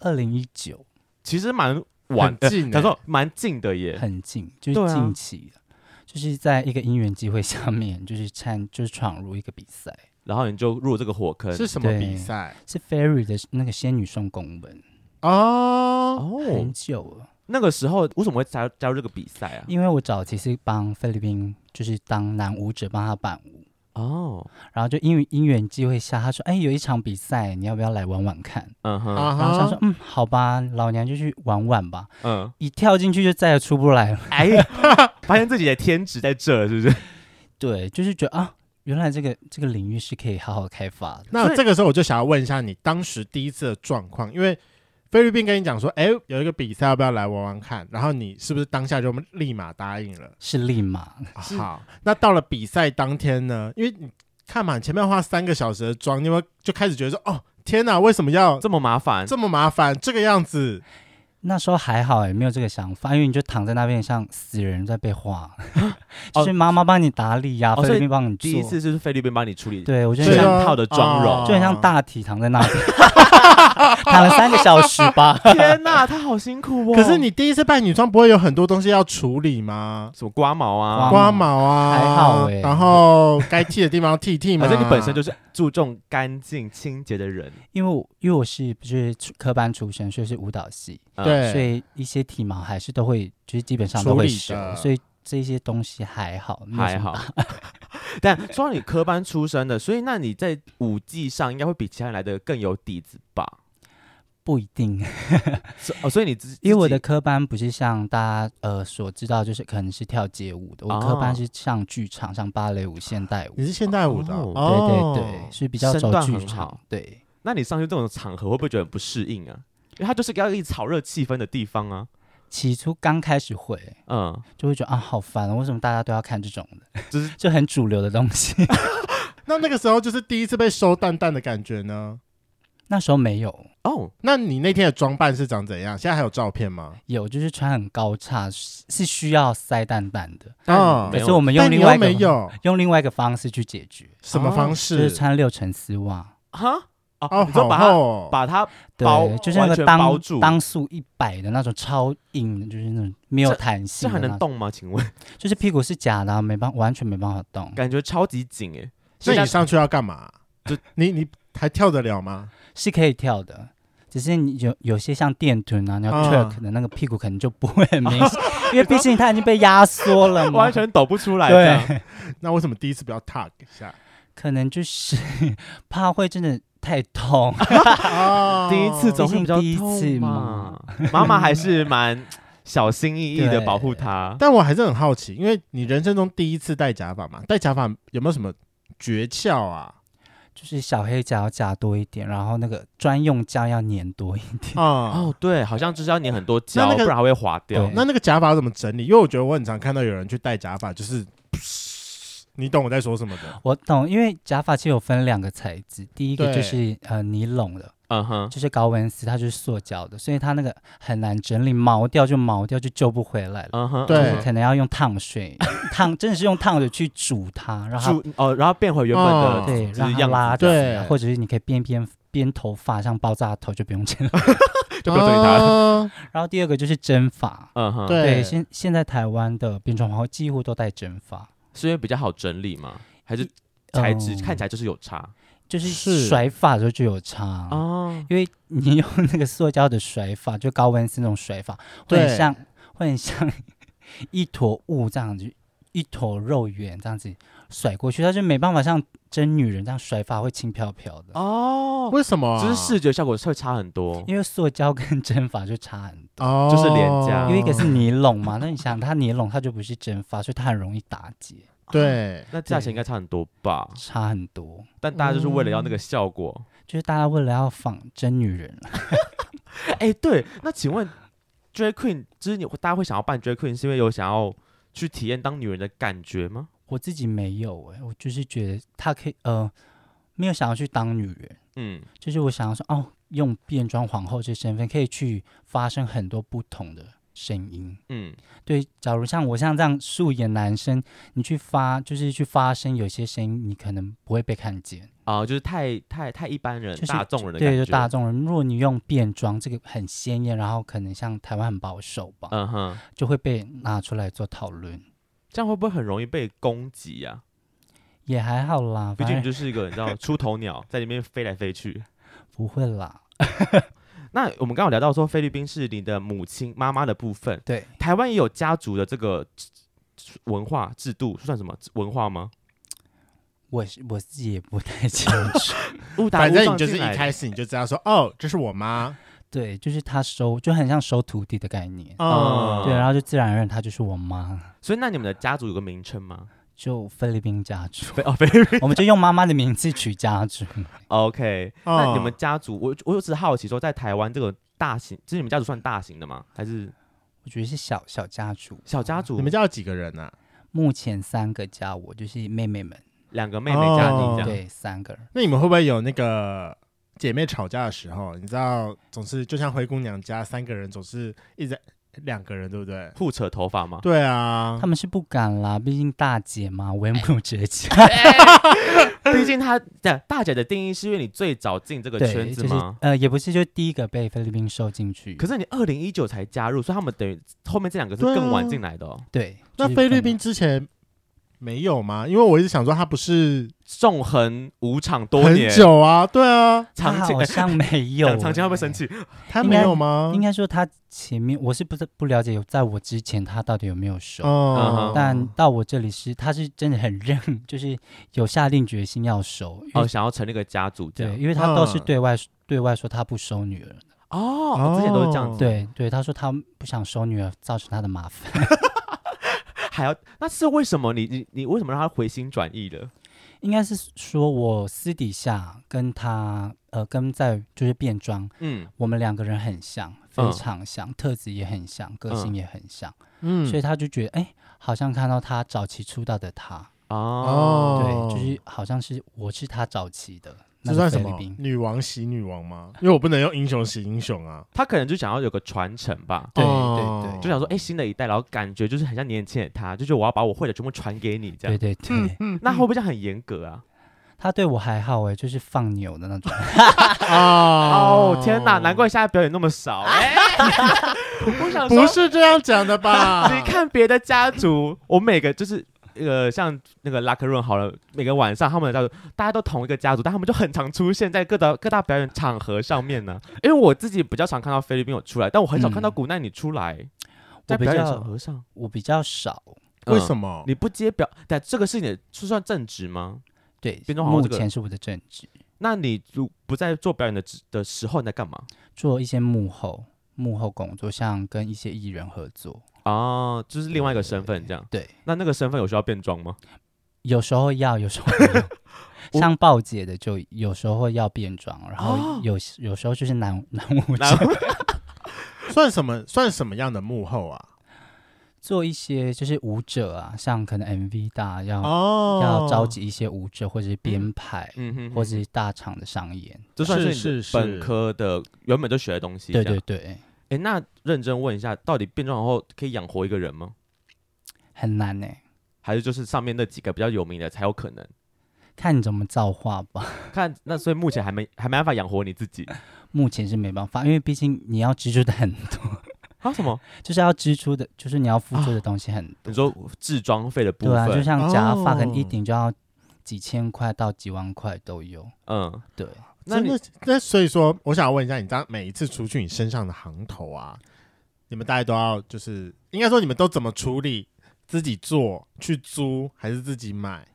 [SPEAKER 3] 二零一九
[SPEAKER 2] 其实蛮晚
[SPEAKER 1] 很
[SPEAKER 2] 的，
[SPEAKER 1] 近欸
[SPEAKER 2] 他说蛮近的耶。
[SPEAKER 3] 很近，就
[SPEAKER 2] 对啊
[SPEAKER 3] 是近期的，就是在一个因缘机会下面， 就是参就是闯入一个比赛，
[SPEAKER 2] 然后你就入这个火坑，
[SPEAKER 1] 是什么
[SPEAKER 3] 对
[SPEAKER 1] 比赛？
[SPEAKER 3] 是 Fairy 的那个仙女送公文，
[SPEAKER 1] 哦，
[SPEAKER 2] 哦
[SPEAKER 3] 很，久了。
[SPEAKER 2] 那个时候为什么会加加入这个比赛啊？
[SPEAKER 3] 因为我早期是帮菲律宾，就是当男舞者帮他伴舞，
[SPEAKER 2] 哦，
[SPEAKER 3] 然后就因为因缘机会下，他说：“哎，有一场比赛，你要不要来玩玩看
[SPEAKER 2] 嗯哼，
[SPEAKER 1] 啊？”
[SPEAKER 3] 然后想
[SPEAKER 1] 哈
[SPEAKER 3] 说：“嗯，好吧，老娘就去玩玩吧。
[SPEAKER 2] 嗯”，
[SPEAKER 3] 一跳进去就再也出不来了。
[SPEAKER 2] 哎呀， 发现自己的天职在这了，是 不是？
[SPEAKER 3] 对，就是觉得啊，原来这个这个领域是可以好好开发的。
[SPEAKER 1] 那这个时候我就想要问一下你当时第一次的状况，因为菲律宾跟你讲说，哎、有一个比赛，要不要来玩玩看？然后你是不是当下就立马答应了？
[SPEAKER 3] 是立马，
[SPEAKER 1] 啊好，那到了比赛当天呢？因为你看嘛，你前面花三个小时的妆，你有没有就开始觉得说，哦，天哪，为什么要
[SPEAKER 2] 这么麻烦，
[SPEAKER 1] 这么麻烦，这个样子？
[SPEAKER 3] 那时候还好欸也没有这个想法，因为你就躺在那边像死人在 被画，就是妈妈帮你打理呀、
[SPEAKER 2] 哦
[SPEAKER 3] 菲
[SPEAKER 2] 所以
[SPEAKER 3] 律宾帮你做。
[SPEAKER 2] 第一次啊就是菲律宾帮你处理，
[SPEAKER 3] 对我就
[SPEAKER 2] 这
[SPEAKER 3] 很
[SPEAKER 2] 样
[SPEAKER 3] 像
[SPEAKER 2] 套的妆容
[SPEAKER 1] 哦
[SPEAKER 3] 就很像大体躺在那 里，躺了三个小时吧。
[SPEAKER 2] 天哪，他好辛苦哦。
[SPEAKER 1] 可是你第一次扮女装，不会有很多东西要处理吗？
[SPEAKER 2] 什么刮毛啊？
[SPEAKER 3] 刮
[SPEAKER 1] 刮毛啊，
[SPEAKER 3] 还好欸
[SPEAKER 1] 然后该剃的地方要剃剃嘛。
[SPEAKER 2] 反哦正你本身就是是注重干净清洁的人，
[SPEAKER 3] 因为我因为我是不是出科班出身，所以是舞蹈系，
[SPEAKER 2] 嗯，
[SPEAKER 3] 所
[SPEAKER 1] 对，
[SPEAKER 3] 以一些体毛还是都会，就是基本上都会
[SPEAKER 1] 处
[SPEAKER 3] 修
[SPEAKER 1] 理的，
[SPEAKER 3] 所以这些东西还好，没有
[SPEAKER 2] 还
[SPEAKER 3] 什么
[SPEAKER 2] 好。 但说到你科班出身的，所以那你在舞技上应该会比其他人来的更有底子吧？
[SPEAKER 3] 不一定，
[SPEAKER 2] 是哦，所以你自
[SPEAKER 3] 因为我的
[SPEAKER 2] 自己
[SPEAKER 3] 科班不是像大家呃所知道，就是可能是跳街舞的，我科
[SPEAKER 2] 哦
[SPEAKER 3] 班是上剧场、上芭蕾舞、现代舞
[SPEAKER 1] 你，是现代舞的哦，
[SPEAKER 3] 对对
[SPEAKER 1] 哦
[SPEAKER 3] 对，是比较
[SPEAKER 2] 身
[SPEAKER 3] 走
[SPEAKER 2] 段
[SPEAKER 3] 剧
[SPEAKER 2] 很
[SPEAKER 3] 场
[SPEAKER 2] 好，
[SPEAKER 3] 对。
[SPEAKER 2] 那你上去这种场合会不会觉得很不适应啊？因为它就是要一直炒热气氛的地方啊。
[SPEAKER 3] 起初刚开始会，
[SPEAKER 2] 嗯，
[SPEAKER 3] 就会觉得啊，好烦哦，为什么大家都要看这种的，
[SPEAKER 2] 就是
[SPEAKER 3] 就很主流的东西。
[SPEAKER 1] 那那个时候就是第一次被收蛋蛋的感觉呢。
[SPEAKER 3] 那时候没有，
[SPEAKER 2] 哦，
[SPEAKER 1] 那你那天的装扮是长怎样？现在还有照片吗？
[SPEAKER 3] 有就是穿很高叉，是是需要塞蛋蛋的。
[SPEAKER 1] 哦
[SPEAKER 2] 没
[SPEAKER 3] 可
[SPEAKER 2] 有
[SPEAKER 3] 是我们用
[SPEAKER 1] 但你
[SPEAKER 3] 另外
[SPEAKER 1] 又
[SPEAKER 3] 一个
[SPEAKER 1] 没有
[SPEAKER 3] 用另外一个方式去解决，
[SPEAKER 1] 什么方
[SPEAKER 2] 哦
[SPEAKER 1] 式？
[SPEAKER 3] 就是穿六层丝袜，
[SPEAKER 2] 哈哦，
[SPEAKER 1] 哦，
[SPEAKER 2] 你就
[SPEAKER 1] 好
[SPEAKER 2] 把它
[SPEAKER 1] 厚哦。
[SPEAKER 2] 把它包
[SPEAKER 3] 对，就是那
[SPEAKER 2] 完全
[SPEAKER 3] 个
[SPEAKER 2] 包
[SPEAKER 3] 当
[SPEAKER 2] 住
[SPEAKER 3] 当速一百的那种超硬的，就是那种没有弹
[SPEAKER 2] 这
[SPEAKER 3] 性
[SPEAKER 2] 还
[SPEAKER 3] 的
[SPEAKER 2] 能
[SPEAKER 3] 那种，
[SPEAKER 2] 动吗？请问，
[SPEAKER 3] 就是屁股是假的啊、没办完全没办法动，
[SPEAKER 2] 感觉超级紧哎。
[SPEAKER 1] 那
[SPEAKER 2] 现
[SPEAKER 1] 你
[SPEAKER 2] 在
[SPEAKER 1] 上去要干嘛？
[SPEAKER 2] 就
[SPEAKER 1] 你你还跳得了吗？
[SPEAKER 3] 是可以跳的。只是你有有些像电臀啊，你要
[SPEAKER 1] 嗯
[SPEAKER 3] tuck 的那个屁股可能就不会很明显， 因为毕竟它已经被压缩了嘛，
[SPEAKER 2] 完全抖不出来。
[SPEAKER 3] 嗯
[SPEAKER 2] 这
[SPEAKER 3] 对
[SPEAKER 2] 样
[SPEAKER 1] 那为什么第一次不要 tag 一下？
[SPEAKER 3] 可能就是怕会真的太痛，
[SPEAKER 1] 哦
[SPEAKER 2] 第一次总会比较
[SPEAKER 3] 毕竟第一
[SPEAKER 2] 痛
[SPEAKER 3] 次
[SPEAKER 2] 嘛
[SPEAKER 3] 嘛。
[SPEAKER 2] 妈妈还是蛮小心翼翼的
[SPEAKER 3] 对
[SPEAKER 2] 保护他。
[SPEAKER 1] 但我还是很好奇，因为你人生中第一次戴假发嘛，戴假发有没有什么诀窍啊？
[SPEAKER 3] 就是小黑夹要夹多一点，然后那个专用胶要粘多一点。
[SPEAKER 1] 啊、
[SPEAKER 2] 哦，对，好像就是要粘很多胶，
[SPEAKER 1] 那那个
[SPEAKER 2] 不然还会滑掉
[SPEAKER 3] 对。
[SPEAKER 1] 那那个假发怎么整理？因为我觉得我很常看到有人去戴假发，就是 你懂我在说什么的。
[SPEAKER 3] 我懂，因为假发其实有分两个材质，第一个
[SPEAKER 1] 对
[SPEAKER 3] 就是呃尼龙的，
[SPEAKER 2] 嗯哼，
[SPEAKER 3] 就是高温丝，它就是塑胶的，所以它那个很难整理，毛掉就毛掉，就救不回来了。
[SPEAKER 2] 嗯哼，
[SPEAKER 1] 对
[SPEAKER 2] 嗯哼
[SPEAKER 3] 可能要用烫水， 烫真的是用烫水去煮它，让它
[SPEAKER 2] 住哦，然后变回原本的
[SPEAKER 1] 哦
[SPEAKER 3] 对
[SPEAKER 2] 就
[SPEAKER 3] 让
[SPEAKER 2] 是
[SPEAKER 3] 它
[SPEAKER 2] 样
[SPEAKER 3] 拉
[SPEAKER 2] 子，
[SPEAKER 3] 直
[SPEAKER 1] 对
[SPEAKER 3] 啊，或者是你可以编编编头发，像爆炸头就不 用剪了。
[SPEAKER 2] 就不要对他了。
[SPEAKER 1] 哦
[SPEAKER 3] 然后第二个就是针法，
[SPEAKER 2] 嗯哼，
[SPEAKER 1] 对
[SPEAKER 3] 对，现现在台湾的变装皇后几乎都戴真发，
[SPEAKER 2] 是因为比较好整理嘛，还是材质
[SPEAKER 3] 嗯
[SPEAKER 2] 看起来就是有差
[SPEAKER 3] 就是
[SPEAKER 1] 是
[SPEAKER 3] 甩发的时候就有差啊，
[SPEAKER 2] 哦。
[SPEAKER 3] 因为你用那个塑胶的甩发，就高温丝那种甩发，会
[SPEAKER 1] 对
[SPEAKER 3] 很像会很像 一坨雾这样子，一坨肉圆这样子甩过去，它就没办法像真女人这样甩发会轻飘飘的，
[SPEAKER 2] 哦，
[SPEAKER 1] 为什么、啊？
[SPEAKER 2] 就是视觉效果会差很多。
[SPEAKER 3] 因为塑胶跟 真发就差很多。
[SPEAKER 1] 哦，
[SPEAKER 2] 就是廉价
[SPEAKER 3] 因为一个是尼龙嘛，那你想它尼龙它就不是真发，所以它很容易打结，
[SPEAKER 1] 对，
[SPEAKER 2] 那价钱应该差很多吧？
[SPEAKER 3] 差很多。
[SPEAKER 2] 但大家就是为了要
[SPEAKER 3] 嗯
[SPEAKER 2] 那个效果。
[SPEAKER 3] 就是大家为了要仿真女人，
[SPEAKER 2] 哎，对，那请问 drag queen，就是你大家会想要扮 drag queen，是因为有想要去体验当女人的感觉吗？
[SPEAKER 3] 我自己没有哎、我就是觉得她可以呃，没有想要去当女人，
[SPEAKER 2] 嗯，
[SPEAKER 3] 就是我想要说哦，用变装皇后这身份，可以去发生很多不同的声音。
[SPEAKER 2] 嗯，
[SPEAKER 3] 对，假如像我像这样素颜男生，你去发就是去发声，有些声音你可能不会被看见。
[SPEAKER 2] 啊、就是太太太一般人、
[SPEAKER 3] 就是
[SPEAKER 2] 大众人的感
[SPEAKER 3] 对，
[SPEAKER 2] 觉，
[SPEAKER 3] 就大众人，如果你用变装，这个很鲜艳，然后可能像台湾很保守吧，
[SPEAKER 2] 嗯哼，
[SPEAKER 3] 就会被拿出来做讨论，
[SPEAKER 2] 这样会不会很容易被攻击啊呀、
[SPEAKER 3] 也还好啦，
[SPEAKER 2] 啊？毕
[SPEAKER 3] 反
[SPEAKER 2] 竟你
[SPEAKER 3] 正
[SPEAKER 2] 就是一个你知道出头鸟，在里面飞来飞去。
[SPEAKER 3] 不会啦。
[SPEAKER 2] 那我们刚刚有聊到说菲律宾是你的母亲妈妈的部分，
[SPEAKER 3] 对，
[SPEAKER 2] 台湾也有家族的这个文化制度，算什么文化吗？
[SPEAKER 3] 我是我自己也不太清楚。
[SPEAKER 2] 误打
[SPEAKER 1] 反
[SPEAKER 2] 误
[SPEAKER 1] 正
[SPEAKER 2] 撞
[SPEAKER 1] 你就是
[SPEAKER 2] 进来
[SPEAKER 1] 一开始你就知道说，哦，这是我妈，
[SPEAKER 3] 对，就是他收，就很像收徒弟的概念。
[SPEAKER 1] 嗯，
[SPEAKER 3] 对，然后就自然而然，她就是我妈，
[SPEAKER 2] 所以那你们的家族有个名 称吗？
[SPEAKER 3] 就菲律宾家族，
[SPEAKER 2] 哦，菲律宾。
[SPEAKER 3] 我们就用妈妈的名字取家族。
[SPEAKER 2] OK，、那
[SPEAKER 1] 嗯
[SPEAKER 2] 你们家族，我我只是好奇说，在台湾这个大型，就是你们家族算大型的吗？还是
[SPEAKER 3] 我觉得是小小家族，
[SPEAKER 2] 小家
[SPEAKER 3] 嗯
[SPEAKER 2] 族？
[SPEAKER 1] 你们家有几个人啊？
[SPEAKER 3] 目前三个加我就是妹妹们，
[SPEAKER 2] 两个妹妹加你
[SPEAKER 1] 哦
[SPEAKER 2] 这样？
[SPEAKER 3] 对，三个人。
[SPEAKER 1] 那你们会不会有那个姐妹吵架的时候？你知道，总是就像灰姑娘家三个人总是一直两个人，对不对？
[SPEAKER 2] 互扯头发吗？
[SPEAKER 1] 对
[SPEAKER 2] 嗯
[SPEAKER 1] 啊
[SPEAKER 3] 啊他，们是不敢啦，毕竟大 姐嘛，为母则强。
[SPEAKER 2] 毕竟她大大姐的定义是因为你最早进这个圈
[SPEAKER 3] 对，
[SPEAKER 2] 子
[SPEAKER 3] 就
[SPEAKER 2] 吗？
[SPEAKER 3] 是呃，也不是，就第一个被菲律宾收进去。
[SPEAKER 2] 可是你二零一九才加入，所以他们等于后面这两个是
[SPEAKER 1] 对啊
[SPEAKER 2] 更晚进来的、哦，
[SPEAKER 3] 对，
[SPEAKER 1] 那
[SPEAKER 3] 就是
[SPEAKER 1] 菲律
[SPEAKER 3] 更
[SPEAKER 1] 宾之前没有吗？因为我一直想说，她不是
[SPEAKER 2] 纵横五场多
[SPEAKER 1] 很
[SPEAKER 2] 年，
[SPEAKER 1] 久啊，对啊，
[SPEAKER 3] 他
[SPEAKER 2] 长期
[SPEAKER 3] 好 像没有、哎
[SPEAKER 2] 讲长期会不会生？气？
[SPEAKER 1] 她
[SPEAKER 3] 应
[SPEAKER 1] 没
[SPEAKER 3] 该
[SPEAKER 1] 有吗
[SPEAKER 3] 应？该说他前面我是不是不了解，有在我之前他到底有没有收？
[SPEAKER 1] 哦
[SPEAKER 2] 嗯
[SPEAKER 3] 但到我这里是，他是真的很认， 就是有下定决心要收。因为
[SPEAKER 2] 哦，想要成立一个家族这
[SPEAKER 3] 对，
[SPEAKER 2] 样。
[SPEAKER 3] 因为他都是
[SPEAKER 1] 嗯
[SPEAKER 3] 对外、对外说他不收女儿，
[SPEAKER 2] 哦，我之前都是这样
[SPEAKER 1] 哦
[SPEAKER 2] 子，
[SPEAKER 3] 对对，他说他不想收女儿，造成他的麻烦，
[SPEAKER 2] 还要那是为什么你？你你为什么让他回心转意了？
[SPEAKER 3] 应该是说我私底下跟他呃跟在就是变装，
[SPEAKER 2] 嗯，
[SPEAKER 3] 我们两个人很像，非
[SPEAKER 2] 嗯
[SPEAKER 3] 常像，特质也很像，个性也很像，
[SPEAKER 1] 嗯
[SPEAKER 3] 所以他就觉得，哎、好像看到他早期出道的他，
[SPEAKER 2] 哦，
[SPEAKER 3] 对，就是好像是我是他早期的，那
[SPEAKER 1] 这
[SPEAKER 3] 个
[SPEAKER 1] 算什
[SPEAKER 3] 菲律
[SPEAKER 1] 么
[SPEAKER 3] 宾？
[SPEAKER 1] 女王洗女王吗？因为我不能用英雄洗英雄啊。
[SPEAKER 2] 他可能就想要有个传承吧。
[SPEAKER 3] 对
[SPEAKER 1] 哦
[SPEAKER 3] 对对，
[SPEAKER 2] 就想说，哎、新的一代，然后感觉就是很像年轻的他，就觉得我要把我会的全部传给你，这
[SPEAKER 3] 对嗯
[SPEAKER 2] 样。
[SPEAKER 3] 对对，
[SPEAKER 1] 嗯
[SPEAKER 2] 那会不会这样很严格啊？
[SPEAKER 3] 他对我还好哎、就是放牛的那种，
[SPEAKER 1] 哦
[SPEAKER 2] 哦，天哪，难怪现在表演那么少。 哎我想说
[SPEAKER 1] 不，是这样讲的吧？
[SPEAKER 2] 你看别的家 族，我每个就是。呃，像那个拉克润好了，每个晚上他们的家族，大家都同一个家族，但他们就很常出现在各大各大表演场合上面 呢、因为我自己比较常看到菲律宾有出来，但我很少看到
[SPEAKER 3] 嗯
[SPEAKER 2] 古奈你出来，在
[SPEAKER 3] 我比
[SPEAKER 2] 表演
[SPEAKER 3] 较
[SPEAKER 2] 场合上。
[SPEAKER 3] 我比较少。
[SPEAKER 1] 为什
[SPEAKER 2] 么
[SPEAKER 1] 么？
[SPEAKER 2] 嗯你不接表？但这个是你的是算正职吗？
[SPEAKER 3] 对，
[SPEAKER 2] 变装皇后
[SPEAKER 3] 目
[SPEAKER 2] 这个
[SPEAKER 3] 前是我的正职，
[SPEAKER 2] 那你如不在做表演的职的时候，你在干嘛？
[SPEAKER 3] 做一些幕后幕后工作，像跟一些艺人合作，
[SPEAKER 2] 哦，就是另外一个身份这样。
[SPEAKER 3] 对，
[SPEAKER 2] 那那个身份有需要变装 吗？
[SPEAKER 3] 有时候要，有时候没有
[SPEAKER 2] 我
[SPEAKER 3] 像豹姐的就有时候要变装，然后
[SPEAKER 2] 哦
[SPEAKER 3] 有、有时候就是男 男舞者
[SPEAKER 2] 男
[SPEAKER 1] 算什么？算什么样的幕后啊？
[SPEAKER 3] 做一些就是舞者啊，像可能 MV 大要、
[SPEAKER 1] 哦，
[SPEAKER 3] 啊要召集一些舞者或者是编排，
[SPEAKER 2] 嗯哼
[SPEAKER 3] 或者是大场的商演。
[SPEAKER 2] 这算
[SPEAKER 1] 是
[SPEAKER 2] 是你
[SPEAKER 1] 是
[SPEAKER 2] 的
[SPEAKER 1] 是
[SPEAKER 2] 本科的原本就学的东西。
[SPEAKER 3] 对对。对，
[SPEAKER 2] 哎，那认真问一下，到底变装皇后可以养活一个人吗？
[SPEAKER 3] 很难欸呢、
[SPEAKER 2] 还是就是上面那几个比较有名的才有可能？
[SPEAKER 3] 看你怎么造化吧。
[SPEAKER 2] 看，那所以目前还没 还没办法养活你自己
[SPEAKER 3] 目前是没办法，因为毕竟你要支出的很多，
[SPEAKER 2] 啊？什么？
[SPEAKER 3] 就是要支出的，就是你要付出的东西很多。
[SPEAKER 2] 你说置装费的啊部
[SPEAKER 3] 对啊，就
[SPEAKER 2] 分？
[SPEAKER 3] 像假发跟
[SPEAKER 1] 哦
[SPEAKER 3] 一顶就要几千块到几万块都有。
[SPEAKER 2] 嗯，
[SPEAKER 3] 对，
[SPEAKER 2] 那
[SPEAKER 1] 真
[SPEAKER 2] 你
[SPEAKER 1] 的那所以说，我想问一下，你当每一次除去你身上的行头啊，你们大概都要就是，应该说你们都怎么处理？自己做、去租还是自己买？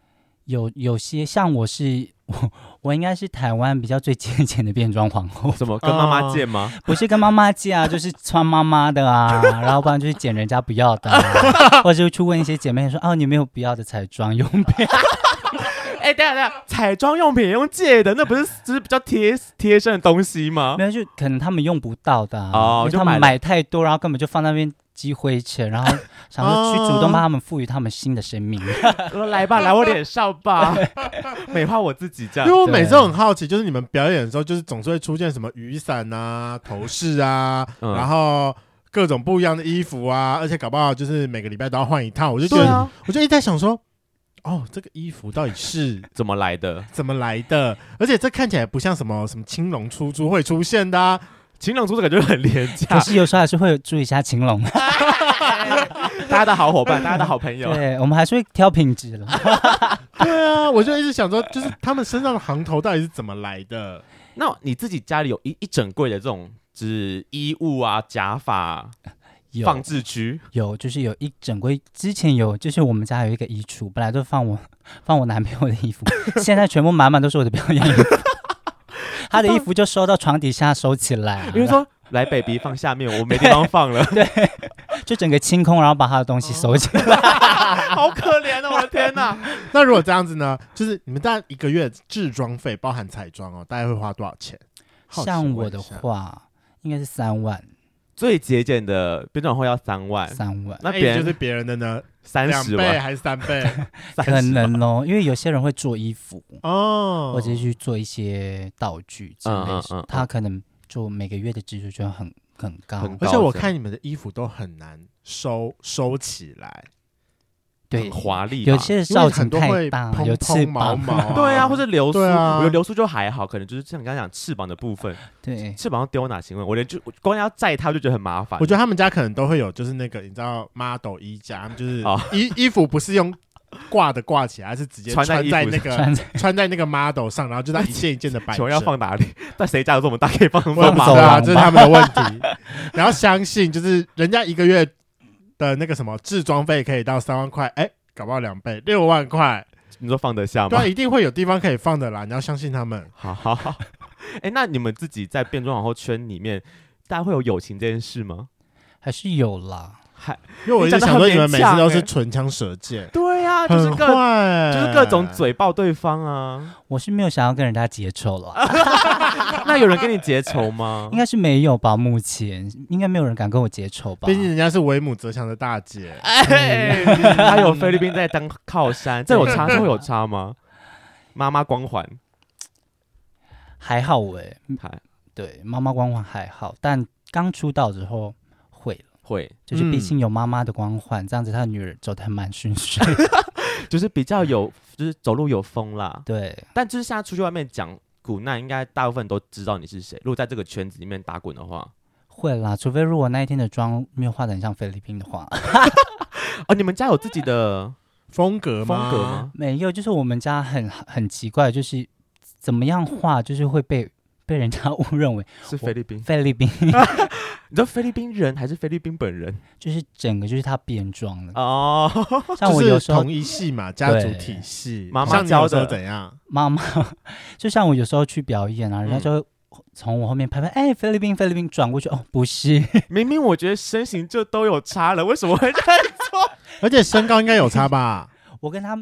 [SPEAKER 3] 有有些像我是 我我应该是台湾比较最节俭的变装皇后，
[SPEAKER 2] 什么跟妈妈借 吗？
[SPEAKER 3] 不是跟妈妈借啊，就是穿妈妈 的啊，然后不然就是捡人家不要的、啊，或者就去问一些姐妹说，哦，你没有不要的彩妆用
[SPEAKER 2] 啊
[SPEAKER 3] 品，
[SPEAKER 2] 哎，等一下等一下，彩妆用品也用借的，那不是就是比较贴贴身的东西吗
[SPEAKER 3] 没？有就可能他们用不到的、啊，
[SPEAKER 2] 哦
[SPEAKER 3] 因为
[SPEAKER 2] 就
[SPEAKER 3] 他
[SPEAKER 2] 买
[SPEAKER 3] 们
[SPEAKER 2] 了
[SPEAKER 3] 买太多，然后根本就放那边积灰尘，然后想说
[SPEAKER 2] 哦
[SPEAKER 3] 去主动帮他们赋予他们新的生命。
[SPEAKER 2] 我说来吧，来我脸上吧，美化我自己这
[SPEAKER 1] 因为
[SPEAKER 2] 样。
[SPEAKER 1] 我每次都
[SPEAKER 3] 对
[SPEAKER 1] 很好奇，就是你们表演的时候，就是总是会出现什么雨伞啊、头饰啊，
[SPEAKER 2] 嗯
[SPEAKER 1] 然后各种不一样的衣服啊，而且搞不好就是每个礼拜都要换一套。我就觉
[SPEAKER 2] 对
[SPEAKER 1] 得，
[SPEAKER 2] 啊，
[SPEAKER 1] 我就一直在想说，哦，这个衣服到底 是
[SPEAKER 2] 怎么来的？
[SPEAKER 1] 怎么来的？而且这看起来不像什么什么青龙出租会出现的、啊，
[SPEAKER 2] 晴朗组织感觉很廉价
[SPEAKER 3] 可，是有时候还是会注意一下晴朗，
[SPEAKER 2] 大家的好伙伴，大家的好朋友。
[SPEAKER 3] 对我们还是会挑品 质了。
[SPEAKER 1] 对啊，我就一直想说，就是他们身上的行头到底是怎么来的？
[SPEAKER 2] 那你自己家里有一一整柜的这种，就是衣物啊、假发放
[SPEAKER 3] 有
[SPEAKER 2] 置区，
[SPEAKER 3] 有，就是有一整柜，之前有就是我们家有一个衣橱，本来就放我 放我男朋友的衣服， 现在全部满满都是我的表演 衣服。他的衣服就收到床底下收起来，
[SPEAKER 2] 比如说来 baby 放下面，我没地方放了，
[SPEAKER 3] 就整个清空，然后把他的东西
[SPEAKER 2] 哦
[SPEAKER 3] 收起来。
[SPEAKER 2] 好可怜哦！我的天哪，
[SPEAKER 1] 那如果这样子呢？就是你们大概一个月制装费包含彩妆哦，大概会花多少钱？好奇
[SPEAKER 3] 像我
[SPEAKER 1] 问一
[SPEAKER 3] 的
[SPEAKER 1] 下
[SPEAKER 3] 话，应该是三万，
[SPEAKER 2] 最节俭的变装会要三万，
[SPEAKER 3] 三万，
[SPEAKER 2] 那
[SPEAKER 1] 哎
[SPEAKER 2] 别
[SPEAKER 1] 就是
[SPEAKER 2] 人
[SPEAKER 1] 别人的呢，
[SPEAKER 2] 三
[SPEAKER 1] 两
[SPEAKER 2] 十
[SPEAKER 1] 倍啊
[SPEAKER 2] 万，
[SPEAKER 1] 还是三 倍？
[SPEAKER 3] 可
[SPEAKER 2] 三十万。
[SPEAKER 3] 能哦，因为有些人会做衣服，
[SPEAKER 1] 哦，
[SPEAKER 3] 或者去做一些道具之类
[SPEAKER 2] 嗯嗯
[SPEAKER 3] 的，
[SPEAKER 2] 嗯嗯
[SPEAKER 3] 他可能就每个月的支出就很很高，
[SPEAKER 2] 很
[SPEAKER 1] 而且我
[SPEAKER 2] 高这样
[SPEAKER 1] 看你们的衣服都很难收收起来，
[SPEAKER 3] 对
[SPEAKER 2] 很，华丽吧，
[SPEAKER 3] 有些
[SPEAKER 1] 因为
[SPEAKER 3] 造
[SPEAKER 1] 很
[SPEAKER 3] 型
[SPEAKER 1] 多
[SPEAKER 3] 太
[SPEAKER 1] 会
[SPEAKER 3] 大，
[SPEAKER 1] 蓬
[SPEAKER 3] 有翅
[SPEAKER 1] 蓬毛
[SPEAKER 3] 膀，
[SPEAKER 1] 毛啊，
[SPEAKER 2] 对啊，或者流 苏，
[SPEAKER 1] 对啊
[SPEAKER 2] 我觉得流苏就还好，可能就是像你刚刚讲翅膀的部分，
[SPEAKER 3] 对，
[SPEAKER 2] 翅膀要丢哪？请问我连就我光要载它就觉得很麻烦。
[SPEAKER 1] 我觉得他们家可能都会有，就是那个你知道 model 衣架，他们就是
[SPEAKER 2] 哦
[SPEAKER 1] 衣衣服不是用挂的挂起来，而是直接
[SPEAKER 2] 穿
[SPEAKER 1] 穿
[SPEAKER 2] 在衣服
[SPEAKER 1] 在那个
[SPEAKER 3] 穿着
[SPEAKER 1] 穿在那个 model 上，然后就在一件一件的摆
[SPEAKER 2] 请
[SPEAKER 1] 着。
[SPEAKER 2] 问要放哪里？但谁家有这么大可以放
[SPEAKER 1] 我也
[SPEAKER 2] 放
[SPEAKER 1] 不
[SPEAKER 2] 马
[SPEAKER 1] 知
[SPEAKER 3] 走
[SPEAKER 1] 道啊，
[SPEAKER 3] 廊吧
[SPEAKER 1] 这是他们的问题。然后相信就是人家一个月的那个什么制装费可以到三万块，哎、搞不好两倍六万块，
[SPEAKER 2] 你说放得下
[SPEAKER 1] 对
[SPEAKER 2] 吗
[SPEAKER 1] 啊，？一定会有地方可以放的啦。你要相信他们。
[SPEAKER 2] 好好好。 哎、那你们自己在变装皇后圈里面，大家会有友情这件事吗？
[SPEAKER 3] 还是有啦，
[SPEAKER 2] 还
[SPEAKER 1] 因为我一直
[SPEAKER 2] 你讲得
[SPEAKER 1] 想说
[SPEAKER 2] 很
[SPEAKER 1] 你们每
[SPEAKER 2] 勉
[SPEAKER 1] 次
[SPEAKER 2] 强
[SPEAKER 1] 都是
[SPEAKER 2] 欸
[SPEAKER 1] 唇枪舌剑，
[SPEAKER 2] 对啊，就是
[SPEAKER 1] 很
[SPEAKER 2] 各
[SPEAKER 1] 坏，
[SPEAKER 2] 就是各种。嘴爆对方 啊。
[SPEAKER 3] 我是没有想要跟人家结仇了，
[SPEAKER 2] 那有人跟你结仇 吗
[SPEAKER 3] 应？该是没有吧，目前应该没有人敢跟我结仇吧
[SPEAKER 1] 毕，竟人家是为母则强的大姐，
[SPEAKER 3] 呃
[SPEAKER 2] 哎，他有菲律宾在当靠山，这有差，这会有差吗？妈妈光环，
[SPEAKER 3] 还好哎，
[SPEAKER 2] 还
[SPEAKER 3] 对，妈妈光环还好，但刚出道之后会了。
[SPEAKER 2] 会
[SPEAKER 3] 就是
[SPEAKER 1] 嗯
[SPEAKER 3] 毕竟有妈妈的光环，这样子她的女儿走得蛮顺遂。
[SPEAKER 2] 就是比较有，就是走路有风啦。
[SPEAKER 3] 对，
[SPEAKER 2] 但就是现在出去外面讲古难，应该大部分都知道你是谁。如果在这个圈子里面打滚的话，
[SPEAKER 3] 会啦，除非如果那一天的妆没有化得很像菲律宾的话，
[SPEAKER 2] 哦，你们家有自己的
[SPEAKER 1] 风格
[SPEAKER 2] 风格吗？
[SPEAKER 3] 没有。就是我们家很很奇怪，就是怎么样化，就是会被被人家误认为
[SPEAKER 2] 是菲律宾？
[SPEAKER 3] 菲律宾，
[SPEAKER 2] 你知道菲律宾人还是菲律宾本人？
[SPEAKER 3] 就是整个就是她变装了。
[SPEAKER 2] 哦，
[SPEAKER 3] 像我有
[SPEAKER 1] 啊就是
[SPEAKER 3] 时候
[SPEAKER 1] 同一系嘛，家族体系，
[SPEAKER 2] 妈妈
[SPEAKER 1] 像你
[SPEAKER 2] 教
[SPEAKER 1] 有时候
[SPEAKER 2] 的
[SPEAKER 1] 怎样？
[SPEAKER 3] 妈 妈，就像我有时候去表演啊，人家
[SPEAKER 2] 嗯
[SPEAKER 3] 就会从我后面拍拍，哎、菲律宾，菲律宾，转过去，哦，不是，
[SPEAKER 2] 明明我觉得身形就都有差了，为什么会这样？
[SPEAKER 1] 而且身高应该有差吧？
[SPEAKER 3] 我跟他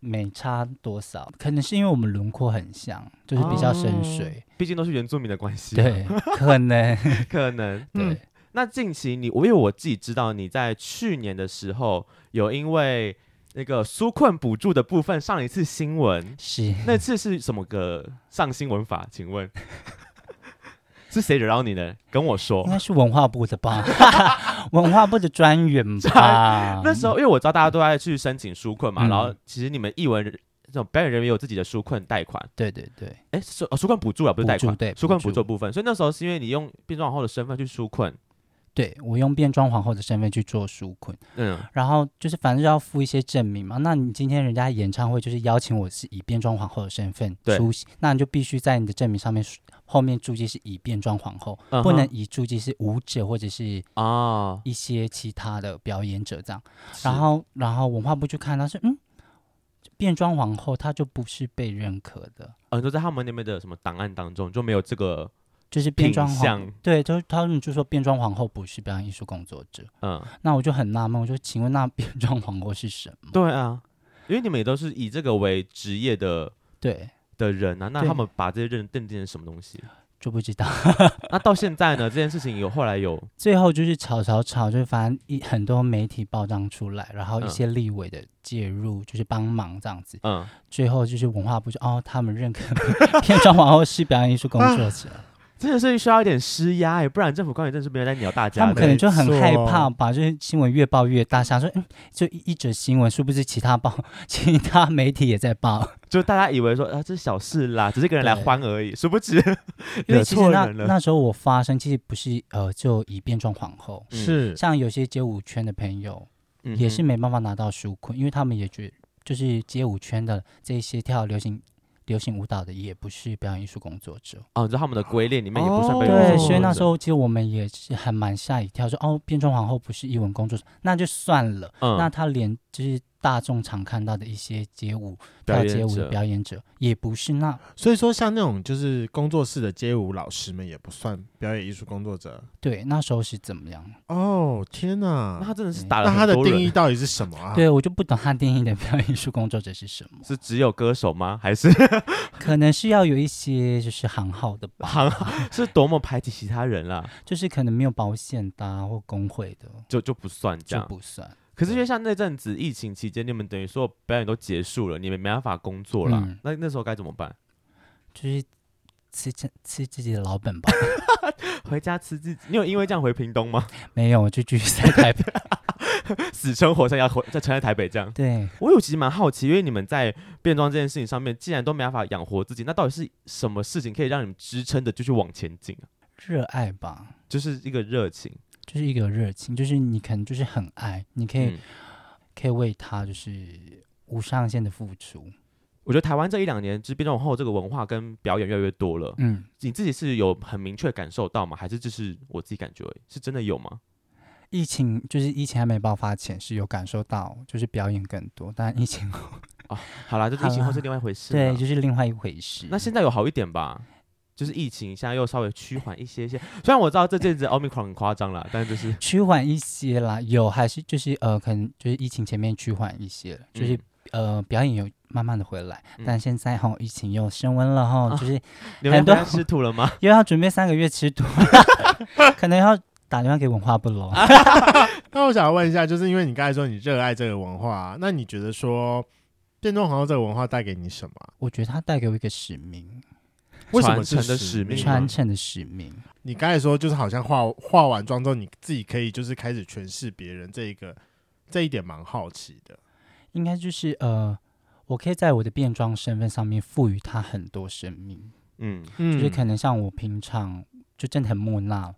[SPEAKER 3] 没差多少，可能是因为我们轮廓很像，就是比较
[SPEAKER 1] 哦
[SPEAKER 3] 深邃。
[SPEAKER 2] 毕竟都是原住民的关系，，啊
[SPEAKER 3] 对，可能
[SPEAKER 2] 可能。
[SPEAKER 1] 嗯
[SPEAKER 3] 对，
[SPEAKER 2] 那近期你，我因为我自己知道你在去年的时候有因为那个纾困补助的部分上了一次新闻，
[SPEAKER 3] 是
[SPEAKER 2] 那次是什么个上新闻法？请问 是谁惹到你呢？跟我说
[SPEAKER 3] 应。该是文化部的 吧，文化部的专员吧。
[SPEAKER 2] 那时候因为我知道大家都在去申请纾困嘛，
[SPEAKER 3] 嗯
[SPEAKER 2] 然后其实你们艺文人这种表演人员有自己的纾困贷款，
[SPEAKER 3] 对对对，
[SPEAKER 2] 哎，纾哦纾困补助啊，不是贷款
[SPEAKER 3] 补助，对
[SPEAKER 2] 纾困
[SPEAKER 3] 补助
[SPEAKER 2] 补助的部分。所以那时候是因为你用变装皇后的身份去纾困，
[SPEAKER 3] 对我用变装皇后的身份去做纾困，
[SPEAKER 2] 嗯，
[SPEAKER 3] 然后就是反正要付一些证明嘛。那你今天人家演唱会就是邀请我是以变装皇后的身份
[SPEAKER 2] 对
[SPEAKER 3] 出席，那你就必须在你的证明上面后面注记是以变装皇后，
[SPEAKER 2] 嗯哼
[SPEAKER 3] 不能以注记是舞者或者是
[SPEAKER 2] 啊，
[SPEAKER 3] 一些其他的表演者这样。然后，然后文化部就看到是，嗯，变装皇后她就不是被认可的，
[SPEAKER 2] 嗯，就在他们那边的什么档案当中就没有这个，
[SPEAKER 3] 就是变
[SPEAKER 2] 品
[SPEAKER 3] 装皇
[SPEAKER 2] 相，
[SPEAKER 3] 对，就是他们就说变装皇后不是表演艺术工作者。
[SPEAKER 2] 嗯，
[SPEAKER 3] 那我就很纳闷，我说，请问那变装皇后是什么？
[SPEAKER 2] 对啊，因为你们也都是以这个为职业的
[SPEAKER 3] 对，
[SPEAKER 2] 的人啊，那
[SPEAKER 3] 对
[SPEAKER 2] 他们把这些认认定成什么东西？
[SPEAKER 3] 就不知道。
[SPEAKER 2] 那到现在呢，这件事情有后来有
[SPEAKER 3] 最后就是吵吵吵，就是反正一很多媒体报章出来，然后一
[SPEAKER 2] 嗯
[SPEAKER 3] 些立委的介入，就是帮忙这样子。
[SPEAKER 2] 嗯，
[SPEAKER 3] 最后就是文化部就哦，他们认可 片装皇后是表演艺术工作者，
[SPEAKER 2] 啊真的是需要一点施压哎，不然政府官员真的是没有在鸟大
[SPEAKER 3] 他
[SPEAKER 2] 家
[SPEAKER 3] 们可
[SPEAKER 2] 的。
[SPEAKER 3] 能就很害
[SPEAKER 1] 没
[SPEAKER 3] 怕
[SPEAKER 1] 错
[SPEAKER 3] 吧，就是新闻越报越大，想说嗯，就一一则新闻，殊不知其他报 其他媒体也在报，
[SPEAKER 2] 就大家以为说啊，这是小事啦，只是一个人来
[SPEAKER 3] 对
[SPEAKER 2] 欢而已，殊不知
[SPEAKER 3] 因
[SPEAKER 2] 惹
[SPEAKER 3] 为其实
[SPEAKER 2] 错
[SPEAKER 3] 那
[SPEAKER 2] 人了。
[SPEAKER 3] 那时候我发生其实不是呃，就以变装皇后，
[SPEAKER 2] 嗯
[SPEAKER 1] 是
[SPEAKER 3] 像有些街舞圈的朋友，
[SPEAKER 2] 嗯
[SPEAKER 3] 也是
[SPEAKER 2] 哼
[SPEAKER 3] 没办法拿到纾困，因为他们也觉就是街舞圈的这一些跳流行流行舞蹈的，也不是表演艺术工作者。
[SPEAKER 2] 哦，你知道他们的归类里面也不算被
[SPEAKER 1] 哦对
[SPEAKER 3] 对，
[SPEAKER 2] 认
[SPEAKER 3] 所以那时
[SPEAKER 2] 作者
[SPEAKER 3] 候其实我们也是还蛮吓一跳，说哦，变装皇后不是艺文工作者，那就算了。
[SPEAKER 2] 嗯
[SPEAKER 3] 那他连就是大众常看到的一些街舞
[SPEAKER 2] 表
[SPEAKER 3] 跳
[SPEAKER 2] 演
[SPEAKER 3] 街舞的
[SPEAKER 2] 者
[SPEAKER 3] 表演者，也不是那
[SPEAKER 1] 所以说像那种就是工作室的街舞老师们也不算表演艺术工作者。
[SPEAKER 3] 对那时候是怎么样？
[SPEAKER 1] 哦，天
[SPEAKER 2] 那
[SPEAKER 1] 哪！
[SPEAKER 2] 他真的是
[SPEAKER 3] 嗯
[SPEAKER 2] 打了
[SPEAKER 1] 那他
[SPEAKER 2] 很
[SPEAKER 1] 的
[SPEAKER 2] 多
[SPEAKER 1] 定
[SPEAKER 2] 人，
[SPEAKER 1] 义到底是什么啊？
[SPEAKER 3] 对我就不懂他定义的表演艺术工作者是什么，
[SPEAKER 2] 是只有歌手吗？还是
[SPEAKER 3] 可能是要有一些就是行号的吧，
[SPEAKER 2] 行啊是多么排挤其他人啦？
[SPEAKER 3] 就是可能没有保险的、啊、或工会的
[SPEAKER 2] 就就不算这
[SPEAKER 3] 就
[SPEAKER 2] 样。
[SPEAKER 3] 不算。
[SPEAKER 2] 可是因为像那阵子疫情期间，你们等于说表演都结束了，你们没办法工作啦。
[SPEAKER 3] 嗯
[SPEAKER 2] 那那时候该怎么办？
[SPEAKER 3] 就是吃自吃自己的老本吧。
[SPEAKER 2] 回家吃自己？你有因为这样回屏东吗？
[SPEAKER 3] 没有，我就继续在台北。
[SPEAKER 2] 死撑活撑要回再撑在台北这样？
[SPEAKER 3] 对，
[SPEAKER 2] 我有其实蛮好奇，因为你们在变装这件事情上面，既然都没办法养活自己，那到底是什么事情可以让你们支撑的继续往前进啊？
[SPEAKER 3] 热爱吧，
[SPEAKER 2] 就是一个热情，
[SPEAKER 3] 就是一个热情，就是你可能就是很爱，你可以、
[SPEAKER 2] 嗯
[SPEAKER 3] 可以为他就是无上限的付出。
[SPEAKER 2] 我觉得台湾这一两年，就是变装后这个文化跟表演越来越多了。
[SPEAKER 3] 嗯，
[SPEAKER 2] 你自己是有很明确感受到吗？还是只是我自己感觉而已？是真的有吗？
[SPEAKER 3] 疫情就是疫情还没爆发前是有感受到，就是表演更多，但疫情后
[SPEAKER 2] 啊好啦，就是疫情后是另外一回事啦。
[SPEAKER 3] 对就是另外一回事。
[SPEAKER 2] 那现在有好一点吧？就是疫情现在又稍微趋缓一些些，虽然我知道这阵子 Omicron 很夸张啦，但就是
[SPEAKER 3] 趋缓一些啦，有还是就是呃，可能就是疫情前面趋缓一些了，就是、
[SPEAKER 2] 嗯
[SPEAKER 3] 呃表演有慢慢的回来，
[SPEAKER 2] 嗯
[SPEAKER 3] 但现在哈疫情又升温了哈，
[SPEAKER 2] 啊
[SPEAKER 3] 就是
[SPEAKER 2] 你们
[SPEAKER 3] 很多
[SPEAKER 2] 家吃土了吗？
[SPEAKER 3] 又要准备三个月吃土， 可能要打电话给文化部喽。
[SPEAKER 1] 那我想要问一下，就是因为你刚才说你热爱这个文化啊，那你觉得说变装皇后这个文化带给你什么啊？
[SPEAKER 3] 我觉得它带给我一个使命，
[SPEAKER 1] 为什么
[SPEAKER 2] 传承
[SPEAKER 1] 是
[SPEAKER 2] 的使命
[SPEAKER 1] 啊
[SPEAKER 3] 传承的使命。
[SPEAKER 1] 你刚才说就是好像化化完妆之后，你自己可以就是开始诠释别人这一个这一点蛮好奇的。
[SPEAKER 3] 应该就是呃，我可以在我的变装身份上面赋予它很多生命，
[SPEAKER 2] 嗯，
[SPEAKER 1] 嗯
[SPEAKER 3] 就是可能像我平常就真的很木讷，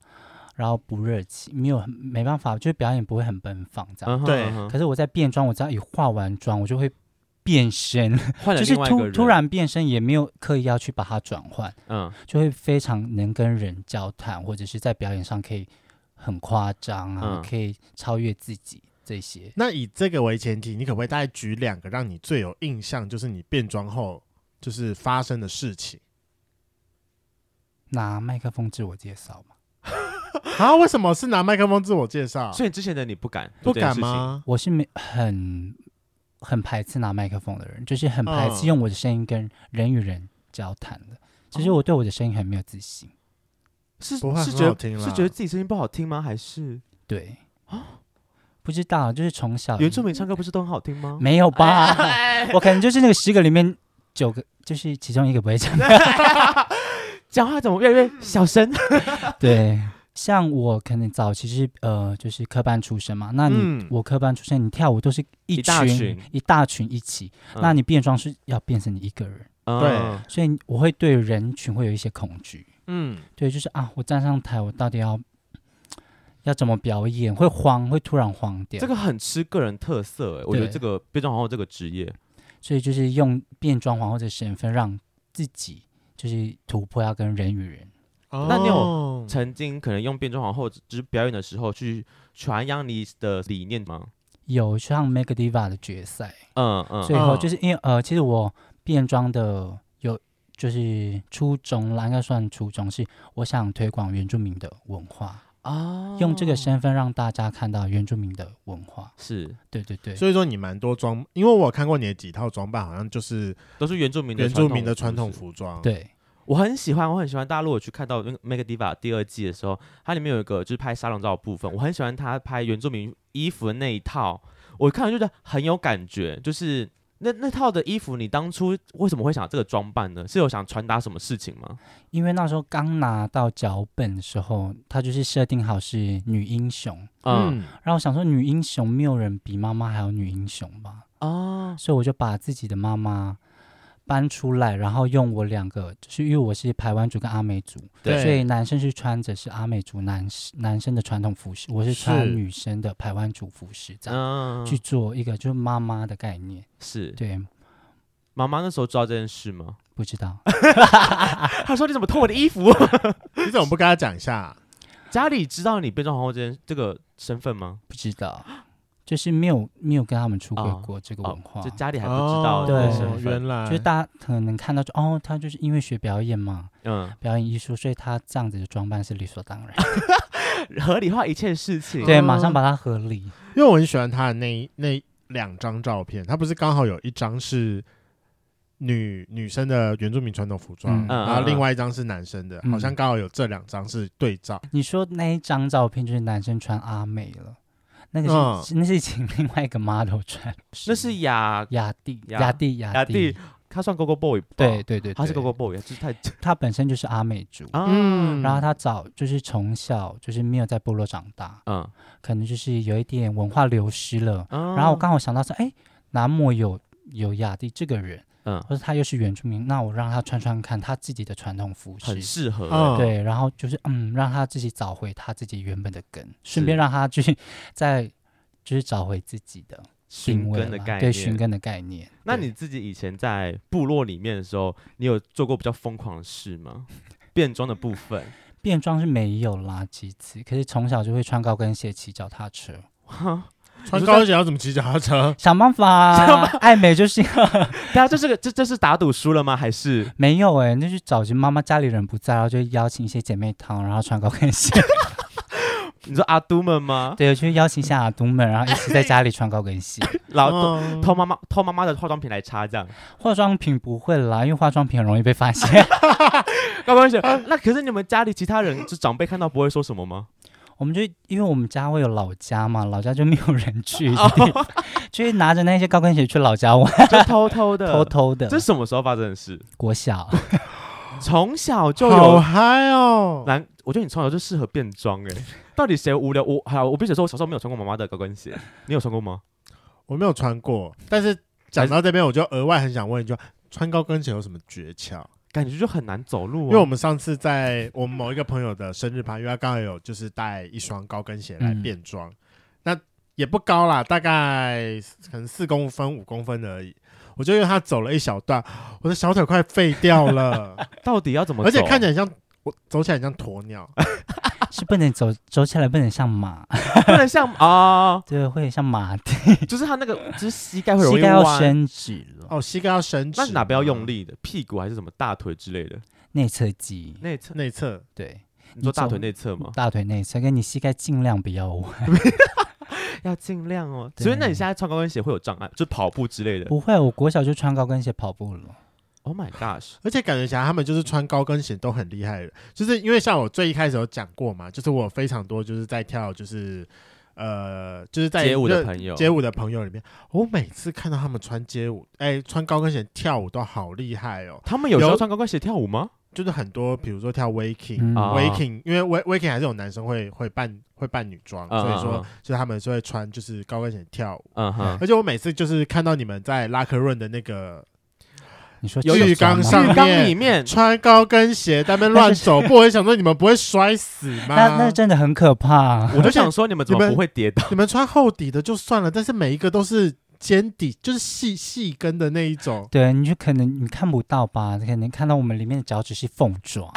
[SPEAKER 3] 然后不热情，没有很没办法，就是表演不会很奔放这样。
[SPEAKER 2] 嗯哼
[SPEAKER 1] 对
[SPEAKER 2] 嗯哼
[SPEAKER 3] 可是我在变装，我只要一化完妆，我就会变身，
[SPEAKER 2] 换了
[SPEAKER 3] 就是
[SPEAKER 2] 另外一个
[SPEAKER 3] 突
[SPEAKER 2] 人
[SPEAKER 3] 突，然变身，也没有刻意要去把它转换。
[SPEAKER 2] 嗯，
[SPEAKER 3] 就会非常能跟人交谈，或者是在表演上可以很夸张啊，
[SPEAKER 2] 嗯
[SPEAKER 3] 可以超越自己这些。
[SPEAKER 1] 那以这个为前提，你可不可以大概举两个让你最有印象，就是你变装后就是发生的事情
[SPEAKER 3] 拿麦克风自我介绍嘛，
[SPEAKER 1] 啊？为什么是拿麦克风自我介绍？
[SPEAKER 2] 所以之前的你不敢
[SPEAKER 1] 不
[SPEAKER 2] 做这件
[SPEAKER 1] 敢
[SPEAKER 2] 事情？
[SPEAKER 1] 吗？
[SPEAKER 3] 我是没很很排斥拿麦克风的人，就是很排
[SPEAKER 1] 嗯
[SPEAKER 3] 斥用我的声音跟人与人交谈的。其实我对我的声音很没有自信，
[SPEAKER 2] 是
[SPEAKER 1] 不会
[SPEAKER 2] 是
[SPEAKER 1] 很
[SPEAKER 2] 觉
[SPEAKER 1] 好
[SPEAKER 2] 得
[SPEAKER 1] 听
[SPEAKER 2] 是
[SPEAKER 1] 啦
[SPEAKER 2] 觉得自己声音不好听吗？还是
[SPEAKER 3] 对，
[SPEAKER 2] 哦
[SPEAKER 3] 不知道就是从小
[SPEAKER 2] 原住民唱歌不是都很好听吗？啊
[SPEAKER 3] 没有吧？ 我可能就是那个十个里面九个，就是其中一个不 会讲。
[SPEAKER 2] 讲话怎么越来越小声？
[SPEAKER 3] 对，像我可能早期是呃，就是科班出身嘛，那你、
[SPEAKER 1] 嗯
[SPEAKER 3] 我科班出身，你跳舞都是一
[SPEAKER 2] 一
[SPEAKER 3] 群
[SPEAKER 2] 大群
[SPEAKER 3] 一大群一起，那你变装是要变成你一个人，
[SPEAKER 2] 嗯
[SPEAKER 3] 所以我会对人群会有一些恐惧，
[SPEAKER 1] 嗯，
[SPEAKER 3] 对，就是啊，我站上台，我到底要要怎么表演，会慌，会突然慌掉，
[SPEAKER 2] 这个很吃个人特色哎，我觉得
[SPEAKER 3] 对嗯
[SPEAKER 2] 这个变装皇后这个职业，
[SPEAKER 3] 所以就是用变装皇后的身份让自己就是突破，要跟人与人。
[SPEAKER 1] 哦
[SPEAKER 2] 那你有
[SPEAKER 1] 有
[SPEAKER 2] 曾经可能用变装皇后就是表演的时候去传扬你的理念吗？
[SPEAKER 3] 有像 Mega Diva 的决赛，
[SPEAKER 2] 嗯嗯
[SPEAKER 3] 最后
[SPEAKER 1] 嗯
[SPEAKER 3] 就是因为呃，其实我变装的有就是初衷啦，应该算初衷，是我想推广原住民的文化，
[SPEAKER 2] 啊
[SPEAKER 3] 用这个身份让大家看到原住民的文化。
[SPEAKER 2] 是
[SPEAKER 3] 对对对，
[SPEAKER 1] 所以说你蛮多装，因为我有看过你的几套装扮，好像就是
[SPEAKER 2] 都是原住民的
[SPEAKER 1] 原住民的传统
[SPEAKER 2] 服饰。
[SPEAKER 1] 服装。，
[SPEAKER 3] 对
[SPEAKER 2] 我很喜欢，我很喜欢。大家如果去看到那个《Make Diva》第二季的时候，它里面有一个就是拍沙龙照的部分，我很喜欢他拍原住民衣服的那一套，我看了觉得很有感觉。就是那那套的衣服，你当初为什么会想这个装扮呢？是有想传达什么事情吗？
[SPEAKER 3] 因为那时候刚拿到脚本的时候，他就是设定好是女英雄，
[SPEAKER 2] 嗯
[SPEAKER 3] 然后我想说女英雄没有人比妈妈还有女英雄吧，
[SPEAKER 2] 啊，
[SPEAKER 3] 所以我就把自己的妈妈搬出来，然后用我两个，就是因为我是排湾族跟阿美族，
[SPEAKER 1] 对
[SPEAKER 3] 所以男生是穿着是阿美族男男生的传统服饰，我是穿
[SPEAKER 1] 是
[SPEAKER 3] 女生的排湾族服饰，这样、
[SPEAKER 2] 嗯，
[SPEAKER 3] 去做一个就是妈妈的概念。
[SPEAKER 2] 是
[SPEAKER 3] 对，
[SPEAKER 2] 妈妈那时候知道这件事吗？
[SPEAKER 3] 不知道，
[SPEAKER 2] 她说：“你怎么偷我的衣服
[SPEAKER 1] 你怎么不跟他讲一下啊、？”
[SPEAKER 2] 家里知道你变装皇后这件这个身份吗？
[SPEAKER 3] 不知道，就是没有没有跟他们出轨
[SPEAKER 2] 哦
[SPEAKER 3] 过这个
[SPEAKER 2] 哦
[SPEAKER 3] 文化，
[SPEAKER 2] 就家里还不知道
[SPEAKER 1] 哦
[SPEAKER 2] 这个
[SPEAKER 3] 对
[SPEAKER 2] 身份，
[SPEAKER 1] 原来
[SPEAKER 3] 就是大家可能看到就哦，他就是因为学表演嘛，
[SPEAKER 2] 嗯，
[SPEAKER 3] 表演艺术，所以他这样子的装扮是理所当然。
[SPEAKER 2] 合理化一切事情。
[SPEAKER 3] 对，
[SPEAKER 1] 嗯
[SPEAKER 3] 马上把它合理。
[SPEAKER 1] 因为我很喜欢他的那一那两张照片，他不是刚好有一张是女女生的原住民传统服装，
[SPEAKER 3] 嗯
[SPEAKER 2] 嗯
[SPEAKER 1] 然后
[SPEAKER 2] 嗯
[SPEAKER 1] 另外一张是男生的，
[SPEAKER 3] 嗯
[SPEAKER 1] 好像刚好有这两张是对照。
[SPEAKER 3] 你说那一张照片就是男生穿阿美了，那个是、
[SPEAKER 1] 嗯
[SPEAKER 3] 是那是请另外一个 model 穿，
[SPEAKER 2] 那是雅
[SPEAKER 3] 雅蒂，
[SPEAKER 2] 雅
[SPEAKER 3] 雅蒂，
[SPEAKER 2] 雅
[SPEAKER 3] 雅
[SPEAKER 2] 蒂，他算 Gogo Boy，吧
[SPEAKER 3] 对，对对，
[SPEAKER 2] 他是
[SPEAKER 3] 对
[SPEAKER 2] Gogo Boy，就是太
[SPEAKER 3] 他本身就是阿美族，
[SPEAKER 2] 啊，
[SPEAKER 1] 嗯
[SPEAKER 3] 然后他早就是从小就是没有在部落长大，
[SPEAKER 2] 嗯，啊
[SPEAKER 3] 可能就是有一点文化流失了。
[SPEAKER 2] 然
[SPEAKER 3] 然后我刚好想到说，哎，南摩有有雅蒂这个人，
[SPEAKER 2] 嗯
[SPEAKER 3] 或者他又是原住民，那我让他穿穿看他自己的传统服饰
[SPEAKER 2] 很，适合
[SPEAKER 1] 嗯
[SPEAKER 2] 欸，
[SPEAKER 3] 对，然后就是嗯，让他自己找回他自己原本的根，顺便让他去再就是找回自己的定
[SPEAKER 2] 寻
[SPEAKER 3] 位
[SPEAKER 2] 根的
[SPEAKER 3] 啦
[SPEAKER 2] 概
[SPEAKER 3] 对寻
[SPEAKER 2] 念。
[SPEAKER 3] 根的概念。
[SPEAKER 2] 那
[SPEAKER 3] 对
[SPEAKER 2] 你自己以前在部落里面的时候，你有做过比较疯狂的事吗？ 变装的部 分，
[SPEAKER 3] 变装是没有啦几次，可是从小就会穿高跟鞋骑脚踏车，
[SPEAKER 2] 哈，
[SPEAKER 1] 穿高跟鞋要怎么骑脚踏车？
[SPEAKER 3] 想办法啊，爱美就是要
[SPEAKER 2] 大啊家这是个这这是打赌输了吗？还 是
[SPEAKER 3] 没有哎、那就找寻妈妈家里人不在，然后就邀请一些姐妹淘，然后穿 高跟鞋，
[SPEAKER 2] 你说阿都们吗？
[SPEAKER 3] 对，就邀请一下阿东们，然后一起在家里穿 高跟鞋。
[SPEAKER 2] 老偷
[SPEAKER 1] 嗯
[SPEAKER 2] 偷妈妈偷妈妈的化妆品来擦这样，
[SPEAKER 3] 化妆品不会啦，因为化妆品很容易被 发现。
[SPEAKER 2] 高 跟鞋。那可是你们家里其他人就长辈看到不会说什么 吗？
[SPEAKER 3] 我们就因为我们家会有老家嘛，老家就没有人去的地
[SPEAKER 2] 哦
[SPEAKER 3] 方， 就会拿着那些高跟鞋去老家玩，
[SPEAKER 2] 就偷偷的，
[SPEAKER 3] 偷。偷的
[SPEAKER 2] 这。什么时候发生的事？
[SPEAKER 3] 国小
[SPEAKER 2] 从小 就有
[SPEAKER 1] 好嗨哦！
[SPEAKER 2] 难，我觉得你从小就适合变装 哎、到底谁无聊？我还我必须说，我小时候没有穿过妈妈的高跟鞋，你有穿过吗？
[SPEAKER 1] 我没有穿过，但是讲到这边，我就额外很想问一句：穿高跟鞋有什么诀窍？
[SPEAKER 2] 感觉就很难走路、
[SPEAKER 1] 因
[SPEAKER 2] 啊，
[SPEAKER 1] 为我们上次在我们某一个朋友的生日趴，因为他刚好有就是带一双高跟鞋来变装，
[SPEAKER 2] 嗯
[SPEAKER 1] 那也不高啦，大概可能四公分、五公分而已。我就因为他走了一小段，我的小腿快废掉 了，
[SPEAKER 2] 到底要怎么走？啊
[SPEAKER 1] 而且看起来像我走起来像鸵 鸟，
[SPEAKER 3] 是不能走，走起来不能像马，
[SPEAKER 2] 不能像啊、
[SPEAKER 3] 对，会像马蹄，
[SPEAKER 2] 就是他那个 就是膝盖会容
[SPEAKER 3] 膝
[SPEAKER 2] 易
[SPEAKER 3] 盖要
[SPEAKER 1] 啊
[SPEAKER 2] 弯，
[SPEAKER 3] 伸直了，
[SPEAKER 1] 哦，膝盖要伸直，
[SPEAKER 2] 那哪边要用？力的？屁股还是什么大腿之类的？
[SPEAKER 3] 内侧肌，
[SPEAKER 2] 内侧？
[SPEAKER 1] 内侧
[SPEAKER 3] 对，
[SPEAKER 2] 你说大腿
[SPEAKER 3] 你走
[SPEAKER 2] 内侧吗？
[SPEAKER 3] 大腿内侧，跟你膝盖尽量不要弯，
[SPEAKER 2] 要尽量哦。
[SPEAKER 1] 啊
[SPEAKER 3] 对
[SPEAKER 2] 所以那你现在穿高跟鞋会有障碍，就跑步之类的
[SPEAKER 3] 不会，我国小就穿高跟鞋跑步了，
[SPEAKER 2] ？Oh my gosh！
[SPEAKER 1] 而且感觉起来他们就是穿高跟鞋都很厉害的，就是因为像我最一开始有讲过嘛，就是我有非常多就是在跳就是呃就是在
[SPEAKER 2] 街舞的
[SPEAKER 1] 热
[SPEAKER 2] 朋友，
[SPEAKER 1] 街舞的朋友里面，我每次看到他们穿街舞，哎、穿高跟鞋跳舞都好厉害哦。
[SPEAKER 2] 他们有时候
[SPEAKER 1] 有
[SPEAKER 2] 穿高跟鞋跳舞吗？
[SPEAKER 1] 就是很多，比如说跳 waking、
[SPEAKER 3] 嗯，
[SPEAKER 2] 啊
[SPEAKER 1] waking，因为 wa- waking 还是有男生会会扮会扮女装，
[SPEAKER 2] 嗯
[SPEAKER 1] 所以
[SPEAKER 2] 嗯
[SPEAKER 1] 说就是他们就会穿就是高跟鞋跳舞。
[SPEAKER 2] 嗯哼，
[SPEAKER 1] 而且我每次就是看到你们在拉克润的那个
[SPEAKER 3] 你说
[SPEAKER 1] 有
[SPEAKER 3] 脚
[SPEAKER 1] 浴缸
[SPEAKER 3] 酸吗
[SPEAKER 1] 上
[SPEAKER 2] 浴缸
[SPEAKER 1] 面
[SPEAKER 2] 里面
[SPEAKER 1] 穿高跟鞋在那边乱走步，我也想说你们不会摔死
[SPEAKER 3] 那那
[SPEAKER 1] 吗？
[SPEAKER 3] 真的很可怕，
[SPEAKER 2] 我就想说你们怎
[SPEAKER 1] 你
[SPEAKER 2] 么
[SPEAKER 1] 们
[SPEAKER 2] 不会跌倒？
[SPEAKER 1] 你们穿厚底的就算了，但是每一个都是尖底，就是细细跟的那一种。
[SPEAKER 3] 对，你就可能你看不到吧，可能看到我们里面的脚趾是缝 爪。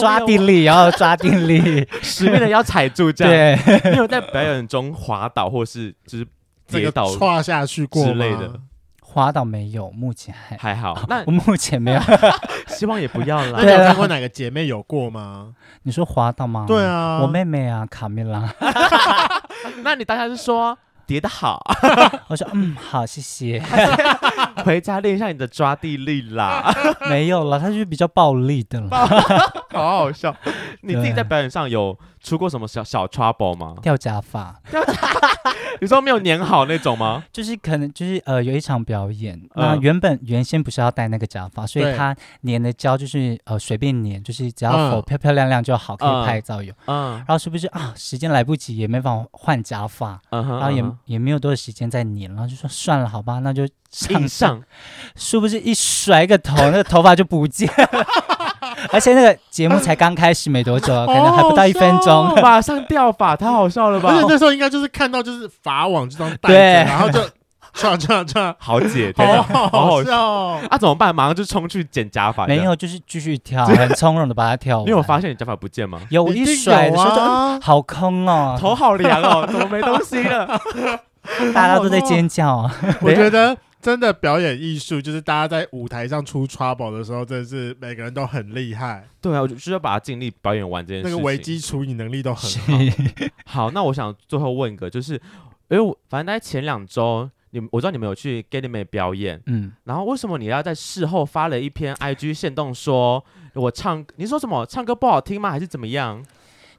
[SPEAKER 3] 抓
[SPEAKER 2] 地
[SPEAKER 3] 地力，然后抓地力，
[SPEAKER 2] 使命的要踩住 这样。
[SPEAKER 3] 对，
[SPEAKER 2] 你有在表演中滑倒或是就是
[SPEAKER 1] 这
[SPEAKER 2] 跌
[SPEAKER 1] 个
[SPEAKER 2] 倒
[SPEAKER 1] 跨下去过
[SPEAKER 2] 之
[SPEAKER 1] 吗
[SPEAKER 2] 类的。
[SPEAKER 3] 滑倒没有，目前还，
[SPEAKER 2] 还 好，那
[SPEAKER 3] 我目 前没有。
[SPEAKER 2] 希望也不要
[SPEAKER 1] 那你
[SPEAKER 2] 啦。
[SPEAKER 1] 有
[SPEAKER 3] 对啊
[SPEAKER 1] 看过哪个姐妹有过吗？
[SPEAKER 3] 你说滑倒吗？
[SPEAKER 1] 对，啊，
[SPEAKER 3] 我妹妹啊，卡米拉，
[SPEAKER 2] 那你当下是说叠的好，
[SPEAKER 3] 我说嗯，好，谢谢。
[SPEAKER 2] 回家练一下你的抓地力啦，
[SPEAKER 3] 没有了，他就是比较暴力的了，
[SPEAKER 2] 好好笑。你自己在
[SPEAKER 3] 对
[SPEAKER 2] 表演上有出过什么小小 trouble 吗？
[SPEAKER 3] 掉假发，
[SPEAKER 2] 你说没有粘好那种吗？
[SPEAKER 3] 就是可能就是呃有一场表演，那
[SPEAKER 2] 嗯
[SPEAKER 3] 原本原先不是要戴那个假发，所以
[SPEAKER 1] 对
[SPEAKER 3] 他粘的胶就是呃随便粘，就是只
[SPEAKER 1] 嗯
[SPEAKER 3] 要否漂漂亮亮就好，可
[SPEAKER 2] 嗯
[SPEAKER 3] 以拍照用。
[SPEAKER 2] 嗯
[SPEAKER 3] 然后是不是啊时间来不及，也没法换假发，
[SPEAKER 2] 嗯哼，
[SPEAKER 3] 然后也
[SPEAKER 2] 嗯
[SPEAKER 3] 也没有多少时间再粘，然后就说算了，好吧，那就
[SPEAKER 2] 哼
[SPEAKER 3] 上
[SPEAKER 2] 硬 上，
[SPEAKER 3] 殊不知一甩个头，那个头发就不见了。 而且那个节目才刚开始没多久，可能还不到一分钟。
[SPEAKER 2] 哦马上掉发，太好笑了吧
[SPEAKER 1] 而？且那时候应该就是看到就是法网这张带
[SPEAKER 3] 对
[SPEAKER 1] 着，然后就唰唰 唰，
[SPEAKER 2] 好姐，天哪，
[SPEAKER 1] 好
[SPEAKER 2] 好
[SPEAKER 1] 好
[SPEAKER 2] 好笑
[SPEAKER 1] 笑哦。
[SPEAKER 2] 啊！怎么办？马上就冲去剪假发，
[SPEAKER 3] 没有，就是继续跳，很从容的把它跳
[SPEAKER 2] 这样。
[SPEAKER 3] 完。
[SPEAKER 2] 你有发现你假发不见吗？
[SPEAKER 3] 有我一
[SPEAKER 1] 定
[SPEAKER 3] 甩
[SPEAKER 1] 有
[SPEAKER 3] 的时候就、嗯
[SPEAKER 1] 啊，
[SPEAKER 3] 好空哦，
[SPEAKER 2] 头好凉哦，怎么没东西了？
[SPEAKER 3] 大家都在尖叫啊。
[SPEAKER 1] 我觉得真的表演艺术就是大家在舞台上出 trouble 的时候，真的是每个人都很厉害，
[SPEAKER 2] 对啊，我就是要把它尽力表演完这件事
[SPEAKER 1] 那
[SPEAKER 2] 情。
[SPEAKER 1] 个危机处理能力都很
[SPEAKER 3] 是
[SPEAKER 1] 好。
[SPEAKER 2] 好，那我想最后问一个，就是因为我反正在前两周，你们我知道你们有去 g a t m a 表演，
[SPEAKER 3] 嗯，
[SPEAKER 2] 然后为什么你要在事后发了一篇 IG 线动说我唱，你说什么唱歌不好听吗？还是怎么样？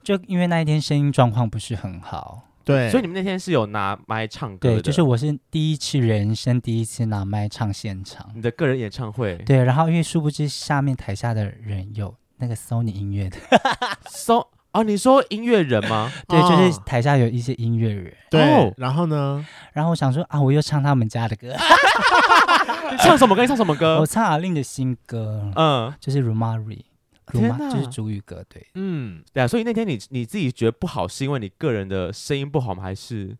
[SPEAKER 3] 就因为那一天声音状况不是很好，
[SPEAKER 1] 对，
[SPEAKER 2] 所以你们那天是有拿麦唱歌
[SPEAKER 3] 对，
[SPEAKER 2] 的，
[SPEAKER 3] 就是我是第一次人生第一次拿麦唱现场，
[SPEAKER 2] 你的个人演唱会。
[SPEAKER 3] 对，然后因为殊不知下面台下的人有那个 Sony 音乐的，
[SPEAKER 2] So 哦，你说音乐人吗？
[SPEAKER 3] 对，就是
[SPEAKER 1] 啊
[SPEAKER 3] 台下有一些音乐人，
[SPEAKER 1] 对
[SPEAKER 2] 哦，
[SPEAKER 1] 然后呢？
[SPEAKER 3] 然后我想说啊，我又唱他们家的歌，
[SPEAKER 2] 唱什么歌？你唱什么歌
[SPEAKER 3] 我？唱阿令的新歌，
[SPEAKER 2] 嗯，
[SPEAKER 3] 就是 Rumari。
[SPEAKER 2] 天
[SPEAKER 3] Ruma
[SPEAKER 2] 哪
[SPEAKER 3] 就是主语歌，对，
[SPEAKER 1] 嗯，
[SPEAKER 2] 对啊。所以那天你你自己觉得不好，是因为你个人的声音不好吗？还是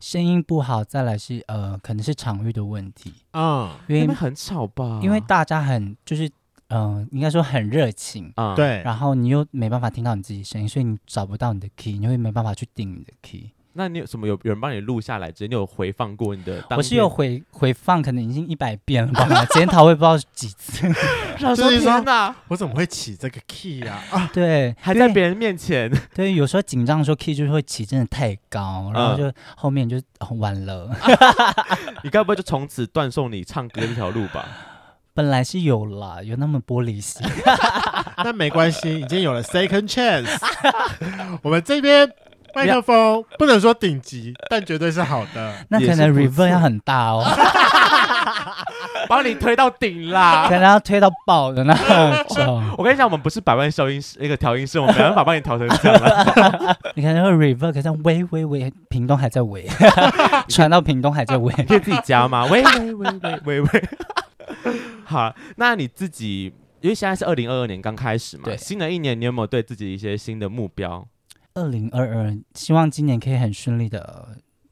[SPEAKER 3] 声音不好，再来是呃，可能是场域的问题，
[SPEAKER 1] 啊，
[SPEAKER 2] 因
[SPEAKER 3] 因
[SPEAKER 2] 为
[SPEAKER 3] 为
[SPEAKER 2] 很吵吧？
[SPEAKER 3] 因为大家很就是嗯、呃应该说很热情，
[SPEAKER 2] 啊，
[SPEAKER 1] 对，
[SPEAKER 3] 然后你又没办法听到你自己声音，所以你找不到你的 key，你会没办法去定你的 key。
[SPEAKER 2] 那你有什么有有人帮你录下来之类？你有回放过你的当天？
[SPEAKER 3] 我是有回回放，可能已经一百遍了吧，检讨我也不知道几 次。
[SPEAKER 2] 想说
[SPEAKER 1] 就是说啊
[SPEAKER 2] 天哪，
[SPEAKER 1] 我怎么会起这个 key 啊？啊，
[SPEAKER 3] 对，
[SPEAKER 2] 还
[SPEAKER 3] 因
[SPEAKER 2] 在
[SPEAKER 3] 为
[SPEAKER 2] 别人面 前，
[SPEAKER 3] 对，有时候紧张的时候 key 就是会起真的太高，然后
[SPEAKER 2] 嗯
[SPEAKER 3] 就后面就、哦完 了。
[SPEAKER 2] 你该不会就从此断送你唱歌这条路吧？
[SPEAKER 3] 本来是有啦，有那么玻璃心，
[SPEAKER 1] 那没关系，已经有了 second chance。我 们这边麦克风不能说顶级，但绝对是好 的。
[SPEAKER 3] 那可
[SPEAKER 2] 也
[SPEAKER 3] 能
[SPEAKER 2] 是不错
[SPEAKER 3] reverb 要很大哦，
[SPEAKER 2] 把你推到顶啦
[SPEAKER 3] 可！能要推到爆的那种。
[SPEAKER 2] 我跟你讲，我们不是百万消音师，那个调音师，我们没办法帮你调成这样 啦。
[SPEAKER 3] 你可能会 reverb，可是喂喂喂，屏东还 在喂，传到屏东还在喂。
[SPEAKER 2] 你可以自己加 吗？喂喂喂喂喂喂。 好，那你自己，因为现在是二零二二年刚开始嘛，
[SPEAKER 3] 对
[SPEAKER 2] 新的一年你有没有对自己一些新的目标？
[SPEAKER 3] 二零二二，希望今年可以很顺利的，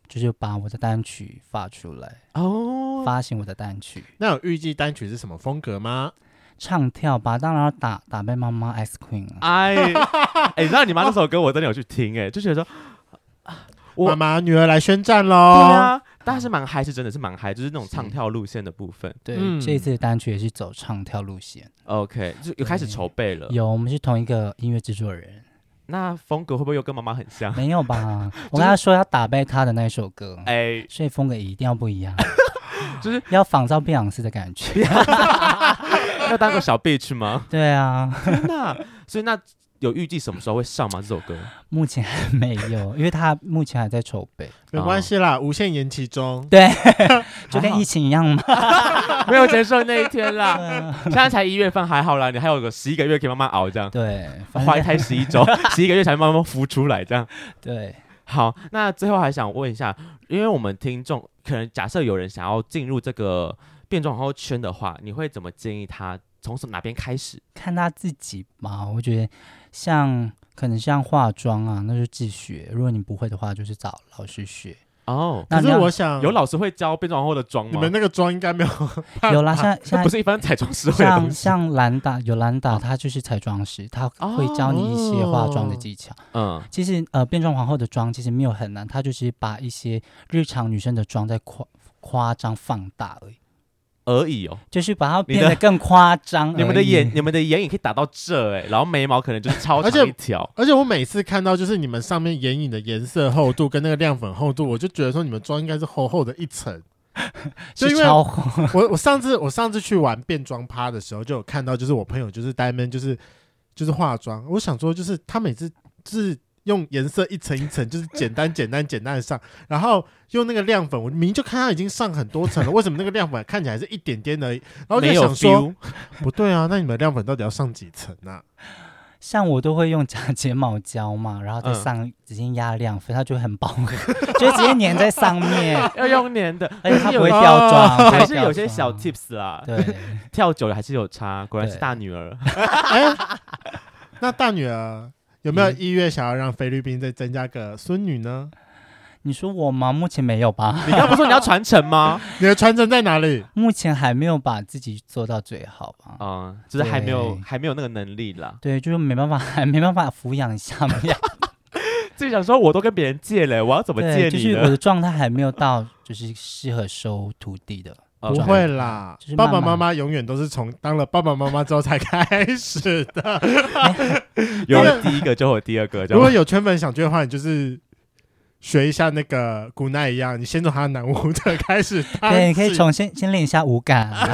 [SPEAKER 3] 就是把我的单曲发出来，
[SPEAKER 2] 哦，
[SPEAKER 3] 发行我的单曲，
[SPEAKER 1] 那有预计单曲是什么风格吗？
[SPEAKER 3] 唱跳吧，当然要打打败妈妈 Ice Queen 啊。
[SPEAKER 2] 哎，哎，你知道你妈那首歌我真的有去听，哎，就觉得说，我
[SPEAKER 1] 妈妈，女儿来宣战
[SPEAKER 2] 对
[SPEAKER 1] 喽！
[SPEAKER 2] 啊，但是蛮嗨，是真的是蛮嗨，就是那种唱跳路线的部分。
[SPEAKER 3] 对，
[SPEAKER 1] 嗯
[SPEAKER 3] 这一次的单曲也是走唱跳路线。
[SPEAKER 2] OK，就有开始
[SPEAKER 3] 对
[SPEAKER 2] 筹备了。
[SPEAKER 3] 有，我们是同一个音乐制作人，
[SPEAKER 2] 那风格会不会又跟妈妈很像？
[SPEAKER 3] 没有 吧？我跟他说要打败他的那一首歌，
[SPEAKER 2] 哎，，
[SPEAKER 3] 所以风格一定要不一样
[SPEAKER 2] 就是
[SPEAKER 3] 要仿照碧昂斯的感觉。
[SPEAKER 2] 要当个小 bitch 吗？
[SPEAKER 3] 对啊，
[SPEAKER 2] 天哪！所以那有预计什么时候会上吗？这首歌？
[SPEAKER 3] 目前还没有，因为他目前还在筹备。
[SPEAKER 1] 没关系啦，无限延期中。
[SPEAKER 3] 对，
[SPEAKER 2] 还好
[SPEAKER 3] 就跟疫情一样嘛。
[SPEAKER 2] 没有结束那一天
[SPEAKER 3] 对
[SPEAKER 2] 啦。
[SPEAKER 3] 啊
[SPEAKER 2] 现在才一月份，还好啦，你还有个十一个月可以慢慢熬，这样
[SPEAKER 3] 对，反正
[SPEAKER 2] 怀胎十一 周，十一个月才慢慢孵出来，这样。
[SPEAKER 3] 对，
[SPEAKER 2] 好，那最后还想问一下，因为我们听众可能假设有人想要进入这个变装皇后圈的话，你会怎么建议他从哪边开始？
[SPEAKER 3] 看他自己吧。我觉得像可能像化妆啊，那就自学。如果你不会的话，就是找老师学。
[SPEAKER 2] 哦，
[SPEAKER 3] 那
[SPEAKER 1] 可
[SPEAKER 3] 你
[SPEAKER 1] 是
[SPEAKER 3] 要
[SPEAKER 1] 我想，
[SPEAKER 2] 有老师会教变装皇后的妆
[SPEAKER 1] 你
[SPEAKER 2] 吗
[SPEAKER 1] 们？那个妆应该没有
[SPEAKER 3] 有啦，像
[SPEAKER 2] 这
[SPEAKER 3] 像
[SPEAKER 2] 不是一般彩妆师会的东西。
[SPEAKER 3] 像
[SPEAKER 2] 哦
[SPEAKER 3] 像兰达有兰达，她就是彩妆师，她会教你一些化妆的技巧。
[SPEAKER 2] 嗯，
[SPEAKER 3] 其实呃，变装皇后的妆其实没有很难，她就是把一些日常女生的妆再夸夸张放大而已。
[SPEAKER 2] 而已哦。
[SPEAKER 3] 就是把它变
[SPEAKER 2] 你
[SPEAKER 3] 得
[SPEAKER 2] 的
[SPEAKER 3] 更夸嗯张而已。
[SPEAKER 2] 你们的眼，你们的眼影可以打到这哎、然后眉毛可能就是超
[SPEAKER 1] 而且
[SPEAKER 2] 长一条，
[SPEAKER 1] 而且我每次看到就是你们上面眼影的颜色厚度跟那个亮粉厚度，我就觉得说你们妆应该是厚厚的一层。就是因为
[SPEAKER 3] 超红，
[SPEAKER 1] 我我上次我上次去玩变装趴的时候，就有看到就是我朋友就是呆闷就是就是化妆，我想说就是他每次就是用颜色一层一层，就是简单简单简单的上，然后用那个亮粉，我明明就看他已经上很多层了，为什么那个亮粉看起来是一点点而已？然后我就
[SPEAKER 2] 没有
[SPEAKER 1] 想说
[SPEAKER 2] feel，
[SPEAKER 1] 不对啊，那你们亮粉到底要上几层啊？
[SPEAKER 3] 像我都会用假睫毛胶嘛，然后再
[SPEAKER 2] 嗯
[SPEAKER 3] 上直接压亮粉，它就会很饱和，就直接粘在上面，
[SPEAKER 2] 要用粘 的，
[SPEAKER 3] 而且它
[SPEAKER 2] 还是
[SPEAKER 3] 不会
[SPEAKER 2] 哎有啊
[SPEAKER 3] 掉妆，不会
[SPEAKER 2] 还是
[SPEAKER 3] 掉
[SPEAKER 2] 有些
[SPEAKER 3] 妆
[SPEAKER 2] 小 tips 啦，
[SPEAKER 3] 对。
[SPEAKER 2] 跳久了还是有差，果然是
[SPEAKER 3] 对
[SPEAKER 2] 大女儿。
[SPEAKER 1] 那大女儿有没有
[SPEAKER 3] 嗯
[SPEAKER 1] 意愿想要让菲律宾再增加个孙女呢？
[SPEAKER 3] 你说我吗？目前没有吧，
[SPEAKER 2] 你刚不是说你要传承 吗？
[SPEAKER 1] 你的传承在哪里？
[SPEAKER 3] 目前还没有把自己做到最好吧。
[SPEAKER 2] 嗯，就是还没有
[SPEAKER 3] 对
[SPEAKER 2] 还没有那个能力啦。
[SPEAKER 3] 对，就是没办法，还没办法抚养下面，
[SPEAKER 2] 就想说我都跟别人借 了，我要怎么借
[SPEAKER 3] 对，就
[SPEAKER 2] 你
[SPEAKER 3] 是我
[SPEAKER 2] 呢？
[SPEAKER 3] 的状态还没有到，就是适合收徒弟的。
[SPEAKER 2] 哦
[SPEAKER 1] 不
[SPEAKER 3] 状
[SPEAKER 1] 会
[SPEAKER 3] 态
[SPEAKER 1] 啦
[SPEAKER 3] 就是，
[SPEAKER 1] 爸
[SPEAKER 3] 慢
[SPEAKER 1] 爸
[SPEAKER 3] 慢
[SPEAKER 1] 妈妈永远都是从当了爸爸妈妈之后才开始的。
[SPEAKER 2] 有了第一个就会有第二个，这
[SPEAKER 1] 如果
[SPEAKER 2] 样
[SPEAKER 1] 有圈粉想追的话，你就是学一下那个古奈一样，你先从他的男舞 者开始当起。
[SPEAKER 3] 对，可以从先先练一下舞感啊，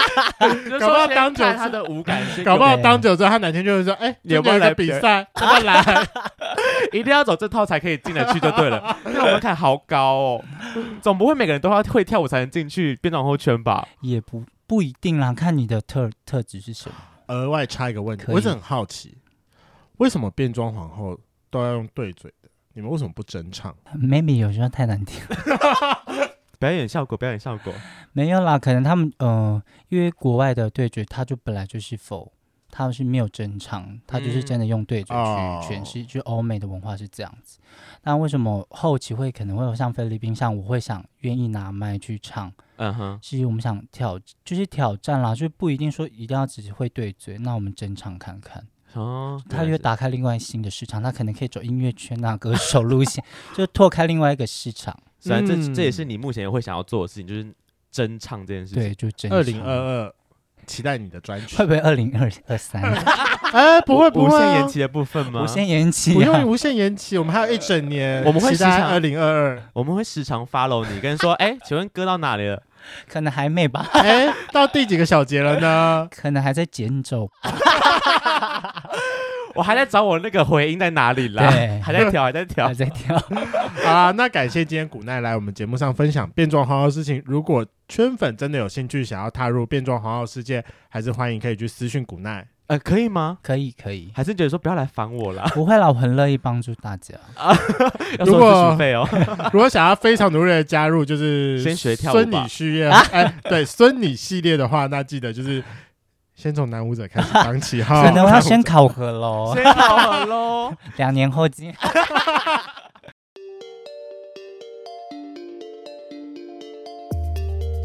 [SPEAKER 2] 就
[SPEAKER 1] 搞不好
[SPEAKER 2] 说先
[SPEAKER 1] 当久
[SPEAKER 2] 看
[SPEAKER 1] 之
[SPEAKER 2] 他的五感先
[SPEAKER 1] 搞
[SPEAKER 2] 有，
[SPEAKER 1] 不 好当久之后，他哪天就会说：“哎，
[SPEAKER 2] 有没
[SPEAKER 1] 这
[SPEAKER 2] 有
[SPEAKER 1] 边个
[SPEAKER 2] 来
[SPEAKER 1] 比
[SPEAKER 2] 别
[SPEAKER 1] 赛？ 要不要来
[SPEAKER 2] 一定要走这套才可以进得去就 对了。因为我们看好高哦，总不会每个人都要会跳舞才能进去变装后圈吧？
[SPEAKER 3] 也不不一定啦，看你的特特质是什么。？”
[SPEAKER 1] 额外插一个问题，
[SPEAKER 3] 可以
[SPEAKER 1] 我一直很好奇，为什么变装皇后都要用对嘴的？你们为什么不真唱？
[SPEAKER 3] maybe 有时候太难听，
[SPEAKER 2] 表演效果，表演效果，
[SPEAKER 3] 没有啦，可能他们呃，因为国外的对决，他就本来就是否，他是没有正常，他就是真的用对嘴去
[SPEAKER 1] 哦
[SPEAKER 3] 诠释，就欧美的文化是这样子。那为什么后期会可能会有像菲律宾，像我会想愿意拿麦去唱，
[SPEAKER 2] 嗯哼，
[SPEAKER 3] 是因为我们想挑，就是挑战啦，就不一定说一定要只是会对嘴，那我们真唱看看。
[SPEAKER 2] 哦，
[SPEAKER 3] 他
[SPEAKER 2] 原
[SPEAKER 3] 就
[SPEAKER 2] 来
[SPEAKER 3] 会
[SPEAKER 2] 是
[SPEAKER 3] 打开另外新的市场，他可能可以走音乐圈啊、歌手路线， 就拓开另外一个市场。
[SPEAKER 2] 虽然这、
[SPEAKER 1] 嗯
[SPEAKER 2] 这也是你目前会想要做的事情，就是真唱这件事情。
[SPEAKER 3] 对，就真
[SPEAKER 1] 二零
[SPEAKER 3] 唱
[SPEAKER 1] 二二，期待你的专辑
[SPEAKER 3] 会。不会二零二二三？
[SPEAKER 1] 哎，不会不
[SPEAKER 2] 无
[SPEAKER 1] 会
[SPEAKER 2] 限
[SPEAKER 1] 啊
[SPEAKER 2] 延，期的部分吗？
[SPEAKER 3] 无限延期、啊，
[SPEAKER 1] 不用无限延期，我们还有一整年。
[SPEAKER 2] 我们会
[SPEAKER 1] 期待
[SPEAKER 2] 时常
[SPEAKER 1] 二零二二。
[SPEAKER 2] 我们会时常 follow 你，跟说，哎、请问歌到哪里了？
[SPEAKER 3] 可能还没吧，
[SPEAKER 1] 哎，到第几个小节了呢？
[SPEAKER 3] 可能还在减走。
[SPEAKER 2] 我还在找我那个回音在哪里啦
[SPEAKER 3] 对，
[SPEAKER 2] 还在调，还在调
[SPEAKER 3] 还。在跳。
[SPEAKER 1] 好啦，那感谢今天古奈来我们节目上分享变装皇后的事情。如果圈粉真的有兴趣想要踏入变装皇后世界，还是欢迎可以去私讯古 奈。
[SPEAKER 2] 呃，可以吗？
[SPEAKER 3] 可以可以，
[SPEAKER 2] 还是觉得说不要来烦我啦，
[SPEAKER 3] 不会啦，我很乐意帮助大家。
[SPEAKER 2] 要
[SPEAKER 1] 如
[SPEAKER 2] 收
[SPEAKER 1] 果
[SPEAKER 2] 我自费哦。
[SPEAKER 1] 如果想要非常努力的加入，就是
[SPEAKER 2] 先学跳舞吧
[SPEAKER 1] 孙女系列， 哎，对，孙女系列的话，那记得就是先从男舞者开始当起 哈。
[SPEAKER 3] 可能我要先考核喽，
[SPEAKER 2] 先好好喽。
[SPEAKER 3] 两年后见。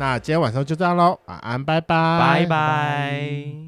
[SPEAKER 1] 那今天晚上就这样喽，晚安，拜拜，
[SPEAKER 2] 拜拜。